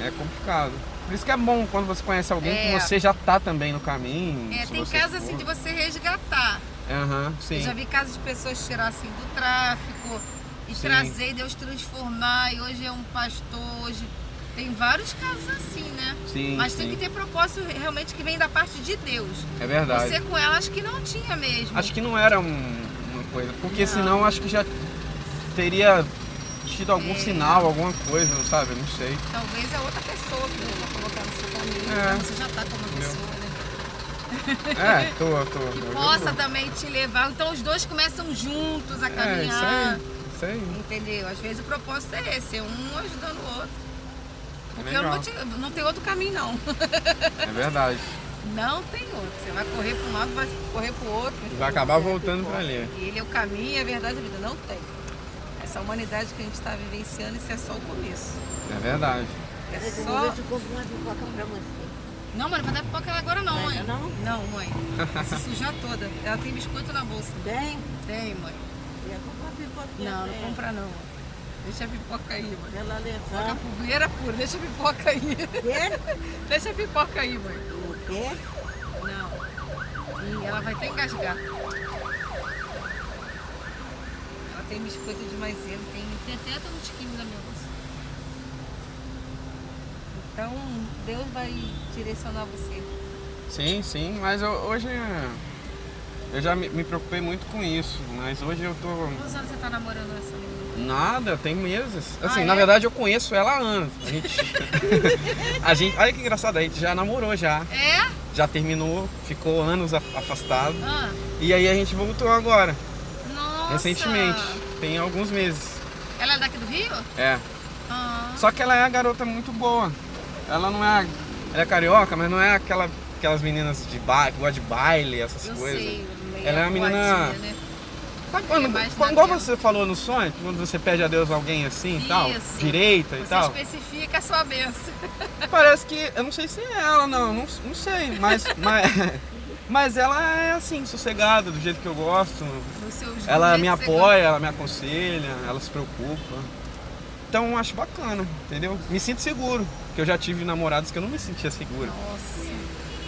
S2: É complicado. Por isso que é bom quando você conhece alguém
S1: É.
S2: que você já tá também no caminho.
S1: É,
S2: se
S1: tem
S2: você
S1: casos
S2: for.
S1: assim de você resgatar.
S2: Aham, sim.
S1: Eu já vi casos de pessoas tirar assim do tráfico e
S2: Sim.
S1: trazer e Deus transformar. E hoje é um pastor, hoje. Tem vários casos assim, né?
S2: Sim,
S1: Mas
S2: sim.
S1: tem que ter propósito realmente que vem da parte de Deus.
S2: É verdade.
S1: Você com ela acho que não tinha mesmo.
S2: Acho que não era um- uma coisa. Porque
S1: Não.
S2: senão acho que já teria tido algum
S1: É.
S2: sinal, alguma coisa, sabe? Eu Não sei.
S1: Talvez é outra pessoa que Deus vai colocar no seu caminho.
S2: É.
S1: né? Você já tá com uma pessoa, né?
S2: É, tô, tô.
S1: Que
S2: tô-
S1: possa também te levar. Então os dois começam juntos a
S2: É, isso
S1: caminhar.
S2: aí. Isso aí.
S1: Entendeu? Às vezes o propósito é esse, é um ajudando o outro. Porque eu
S2: Legal.
S1: não, vou te- não tem outro caminho, não.
S2: É verdade.
S1: Não tem outro. Você vai correr para um lado, vai correr para o outro.
S2: E vai acabar voltando pra ali.
S1: E ele é o caminho, é a verdade, e a vida. Não tem. Essa humanidade que a gente está vivenciando, isso é só o começo.
S2: É verdade.
S1: É
S3: Eu vou
S1: só.
S3: ver se eu compro uma pipoca pra você.
S1: Não, mãe, não vai dar pipoca agora não,
S3: Vai,
S1: mãe.
S3: não?
S1: Não, mãe. Se sujar toda. Ela tem biscoito na bolsa.
S3: Bem,
S1: Tem, mãe.
S3: ia comprar pipoquinha.
S1: Não, não
S3: pra
S1: compra não. mãe. Deixa a pipoca aí, mãe.
S3: Ela
S1: Pipoca
S3: levar.
S1: poeira pura, deixa a pipoca aí.
S3: O quê?
S1: Deixa a pipoca aí, mãe.
S3: O quê?
S1: Não. E ela vai até engasgar. Ela tem biscoito de maisena, tem, tem até todo um tiquinho da minha bolsa. Então, Deus vai direcionar você.
S2: Sim, sim, mas eu- hoje é, eu já me, me preocupei muito com isso, mas hoje eu tô
S1: Quantos anos você tá namorando essa menina?
S2: nada, tem meses. Assim,
S1: Ah,
S2: na
S1: é?
S2: verdade eu conheço ela há anos. A gente, a gente, olha que engraçado, a gente já namorou já,
S1: É?
S2: já terminou, ficou anos a- afastado
S1: Ah,
S2: e aí a gente voltou agora,
S1: nossa.
S2: recentemente, tem alguns meses.
S1: Ela é daqui do Rio?
S2: É.
S1: Ah.
S2: Só que ela é uma garota muito boa. Ela não é, ela é carioca, mas não é aquela aquelas meninas de baile, que gosta de baile, essas
S1: Eu
S2: coisas.
S1: sei. meio
S2: Ela é uma menina-
S1: voadinha, Né?
S2: Sabe quando,
S1: É mais
S2: quando- igual
S1: na
S2: você falou no sonho, quando você pede a Deus alguém assim e tal,
S1: Isso.
S2: direita e
S1: Você
S2: tal,
S1: especifica a sua benção.
S2: parece que, eu não sei se é ela não, não, não sei, mas, mas, mas ela é assim, sossegada, do jeito que eu gosto,
S1: No seu jeito
S2: ela é
S1: que
S2: me
S1: você
S2: apoia, ela me aconselha, ela se preocupa, então eu acho bacana, entendeu? Me sinto seguro, porque eu já tive namorados que eu não me sentia seguro,
S1: gosta. Nossa.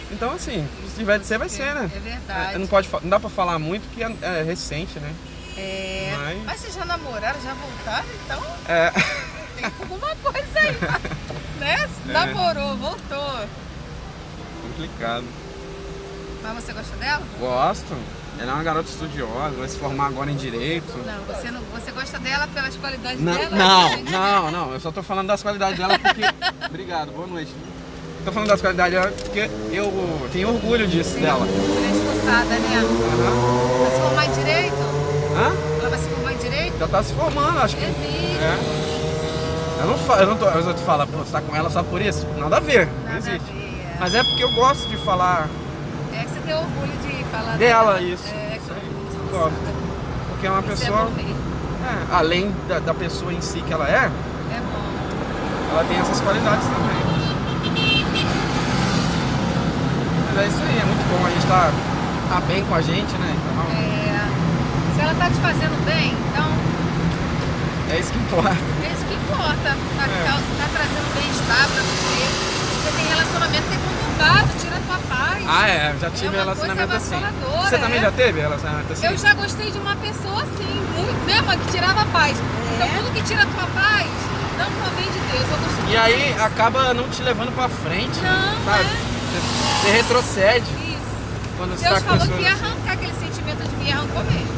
S2: então assim, se tiver de ser, vai ser, né?
S1: É verdade.
S2: É, Não, pode, fa- não dá pra falar muito, porque é, é recente, né?
S1: É.
S2: Mas-
S1: Mas... vocês já namoraram, já voltaram, então
S2: É,
S1: tem alguma coisa aí. né?
S2: É.
S1: Namorou, voltou.
S2: complicado.
S1: Mas você gosta dela?
S2: Gosto. Ela é uma garota estudiosa, vai se formar agora em direito.
S1: Não, você, não, você gosta dela pelas qualidades
S2: Não,
S1: dela? né?
S2: não, não, não. Eu só tô falando das qualidades dela porque. Obrigado, boa noite. Tô falando das qualidades dela porque eu tenho orgulho disso dela.
S1: é Esforçada, né?
S2: Aham.
S1: Vai se formar em direito?
S2: Hã?
S1: Ela vai se formar em direito?
S2: Já tá se formando, acho que.
S1: É mesmo.
S2: É. Eu não, fa- eu não tô. Os outros falam, pô, você tá com ela só por isso? Nada a ver. Não
S1: Nada a
S2: existe.
S1: ver.
S2: Mas é porque eu gosto de falar
S1: É que você tem orgulho de falar
S2: dela isso.
S1: É,
S2: Isso aí,
S1: isso
S2: eu gosto. Porque é uma
S1: é
S2: pessoa.
S1: bom mesmo.
S2: é, além da, da pessoa em si que ela é,
S1: É bom.
S2: Ela tem essas qualidades também. Mas é isso aí, é muito bom. A gente tá, tá bem com a gente, né? Então,
S1: É, se ela tá te fazendo bem, então
S2: é isso que importa.
S1: é isso que importa. Tá,
S2: É.
S1: causa- tá trazendo bem-estar pra você. Você tem relacionamento que é conturbado, tira a tua paz.
S2: Ah, é, eu já
S1: É
S2: tive
S1: uma
S2: relacionamento
S1: coisa
S2: assim.
S1: avassaladora,
S2: Você também
S1: é.
S2: já teve relacionamento assim?
S1: Eu já gostei de uma pessoa assim, muito mesmo, que tirava a paz. Então tudo que tira a tua paz não provém de Deus. Eu costumo
S2: E aí
S1: dizer
S2: acaba não te levando pra frente,
S1: Não,
S2: sabe?
S1: né?
S2: Você, você retrocede
S1: isso.
S2: quando você
S1: Deus
S2: tá com
S1: falou que
S2: pessoas.
S1: ia
S2: assim.
S1: arrancar aquele sentimento de mim, arrancou mesmo.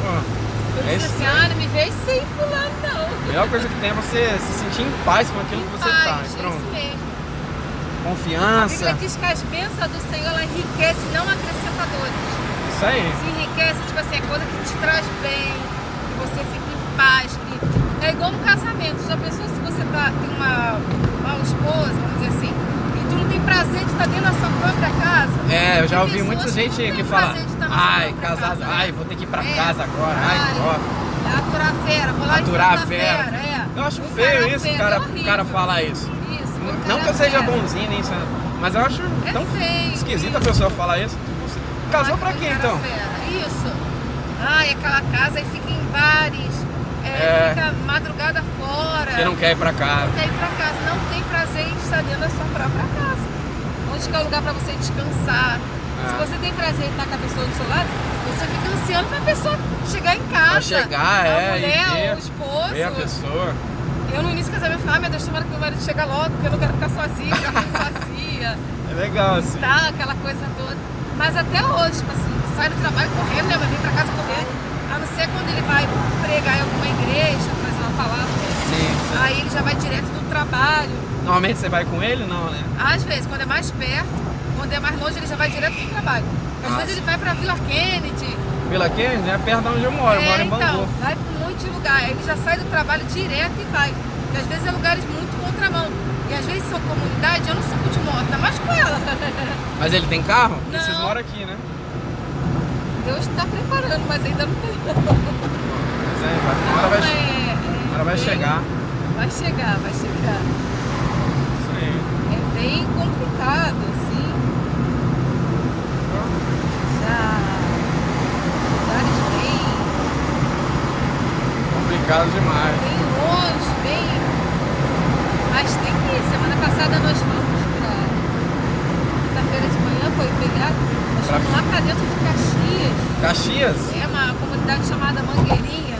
S2: Pô,
S1: Eu
S2: É
S1: disse
S2: isso
S1: assim, ah, não me vejo sem fulano, não.
S2: a melhor coisa que tem é você se sentir em paz com aquilo que você tá.
S1: Paz, isso
S2: Pronto.
S1: mesmo. A Bíblia
S2: Confiança.
S1: diz que as bênçãos do Senhor ela enriquece, não acrescenta dores.
S2: Isso aí.
S1: Se enriquece, tipo assim, é coisa que te traz bem, que você fica em paz. Que... É igual no casamento. Já pensou se você tá, tem uma mal esposa, vamos dizer assim, e tu não tem prazer de estar dentro da sua própria casa?
S2: É, eu já
S1: Tem
S2: ouvi
S1: pessoas
S2: muita
S1: que
S2: gente
S1: não têm
S2: que fala,
S1: prazer de estar na sua
S2: ai,
S1: própria
S2: casado,
S1: casa, né?"
S2: ai, vou ter que ir pra
S1: É.
S2: casa agora, ai, ó.
S1: Aturar a fera, vou lá
S2: Aturar a
S1: enfrentar
S2: fera.
S1: é.
S2: Eu acho
S1: Encarar
S2: feio
S1: a
S2: isso, o
S1: fera,
S2: cara,
S1: é
S2: o
S1: horrível.
S2: cara falar isso.
S1: Isso,
S2: Não
S1: encarar
S2: que eu
S1: a
S2: seja
S1: fera.
S2: bonzinho, nem isso, mas eu acho
S1: É
S2: tão
S1: feio.
S2: esquisita a pessoa falar isso. Casou pra quê,
S1: Cara é
S2: então?
S1: fera, Isso. Ai, aquela casa aí fica em bares, é,
S2: É.
S1: fica madrugada fora.
S2: Você não quer ir pra cá.
S1: Não quer ir pra casa, não tem prazer em estar dentro da sua própria casa. Onde que é o lugar pra você descansar.
S2: É.
S1: Se você tem prazer em estar com a pessoa do seu lado, você fica ansiando pra pessoa chegar em casa.
S2: Pra chegar,
S1: a
S2: é,
S1: mulher,
S2: e ver-
S1: o esposo.
S2: Ver a pessoa.
S1: Eu no início do casamento falava, ah, meu Deus, tomara que meu marido chega logo, porque eu não quero ficar sozinha, ficar muito sozinha
S2: É legal, assim.
S1: tá, aquela coisa toda. Mas até hoje, tipo assim, sai do trabalho correndo, né? Mas vem pra casa correndo. A não ser quando ele vai pregar em alguma igreja, trazer uma palavra.
S2: Sim.
S1: Aí ele já vai direto do trabalho.
S2: Normalmente você vai com ele, não, né?
S1: Às vezes, quando é mais perto, quando é mais longe, ele já vai direto do trabalho. Às
S2: Nossa.
S1: vezes ele vai pra Vila Kennedy.
S2: Pela aqui, né? Perto de onde eu moro, eu
S1: é,
S2: moro em
S1: então,
S2: Bangu.
S1: vai pra um monte de lugar. Aí ele já sai do trabalho direto e vai. Porque às vezes é lugares muito contramão. E às vezes sua comunidade, eu não subo de moto, ainda mais com ela.
S2: Mas ele tem carro?
S1: Não.
S2: Vocês moram aqui, né?
S1: Deus está preparando, mas ainda não tem. Não,
S2: Mas é, agora vai,
S1: é-
S2: che-
S1: é
S2: agora vai
S1: bem-
S2: chegar.
S1: Vai chegar, vai chegar.
S2: Isso aí.
S1: É bem complicado, assim. Já. Lugares bem,
S2: Complicado demais.
S1: bem longe, bem. Mas tem que ir. Semana passada nós fomos pra. Quinta-feira de manhã foi feriado. Nós
S2: Pra-
S1: fomos lá pra dentro de Caxias.
S2: Caxias?
S1: É uma comunidade chamada Mangueirinha.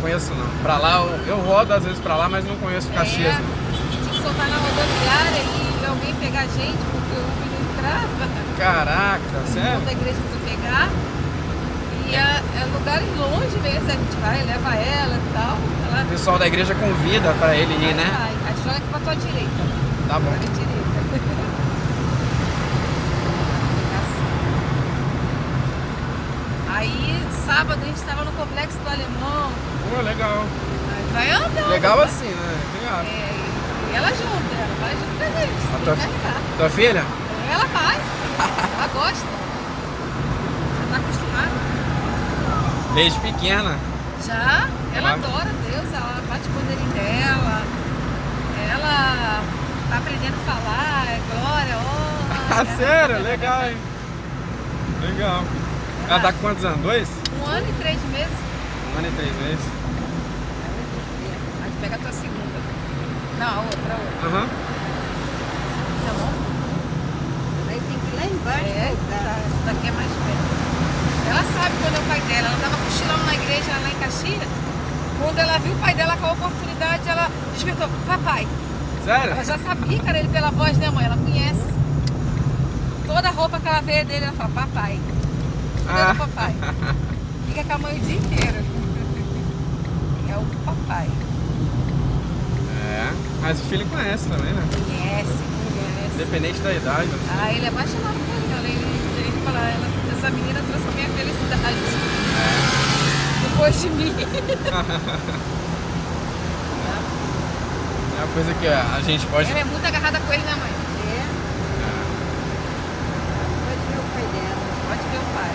S2: Conheço não. Pra lá, eu, eu rodo às vezes pra lá, mas não conheço Caxias.
S1: É,
S2: não.
S1: tinha que soltar na rodoviária e alguém pegar a gente, porque o Uber não entrava.
S2: Caraca, sério?
S1: da igreja para pegar. E é, é lugares longe mesmo, é a gente vai, leva ela e tal. Ela
S2: O pessoal da igreja convida pra ele ir, né?
S1: vai. A gente joga aqui pra tua direita.
S2: Tá
S1: Pra
S2: bom.
S1: minha direita. É assim. Aí, sábado, a gente estava no complexo do Alemão.
S2: Pô, legal.
S1: Aí vai andando.
S2: Legal
S1: vai.
S2: assim, né?
S1: É,
S2: Obrigado.
S1: e ela junto, ela vai junto com a gente.
S2: A
S1: tem
S2: tua-
S1: que carregar.
S2: Tua filha?
S1: Ela vai, ela gosta. Já tá acostumada.
S2: Desde pequena.
S1: Já, ela
S2: Ela-
S1: adora Deus, ela bate o bandeirinho dela, ela tá aprendendo a falar, é glória, tá
S2: Ah,
S1: honra.
S2: sério? Legal, hein? Legal. Ela tá com quantos anos? Dois?
S1: Um ano e três meses.
S2: Um ano e três meses.
S1: A gente pega a tua segunda. Não, a outra, a outra.
S2: Aham.
S1: Tá bom?
S3: Aí tem que ir lá
S1: É,
S3: embaixo.
S1: tá,
S3: voltar.
S1: essa daqui é mais perto. Ela sabe quando é o pai dela, ela tava cochilando na igreja lá em Caxias. Quando ela viu o pai dela com a oportunidade, ela despertou, papai,
S2: Sério?
S1: Ela já sabia que era ele pela voz, né, mãe? Ela conhece. Toda roupa que ela vê dele, ela fala, papai. Cadê
S2: Ah.
S1: o papai? Fica com a mãe o dia inteiro. É o papai.
S2: É. Mas o filho conhece também, né?
S1: Conhece, conhece.
S2: Independente da idade. né?
S1: Ah, ele é apaixonado por ela. Ele, ele fala, ela, essa menina trouxe a minha felicidade. Depois de mim.
S2: É uma coisa que a gente pode.
S1: Ela é muito agarrada com ele, né, mãe?
S3: É. Pode ver o pai dela.
S1: Pode ver o pai.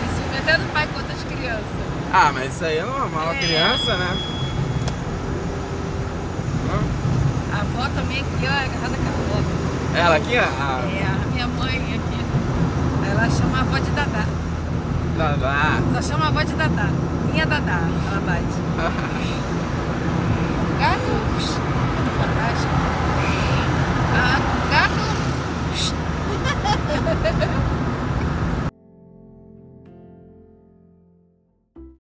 S1: Ele ciúme até do pai com outras crianças.
S2: Ah, mas isso aí é normal. Uma
S1: É.
S2: criança, né?
S1: A avó também aqui, ó, é agarrada com a avó.
S2: Ela aqui, Ah, a.
S1: É, a minha mãe aqui, ela chama a avó de Dadá.
S2: Da, da-
S1: Só chama a avó de Dadá. Minha Dadá, ela bate. Ah,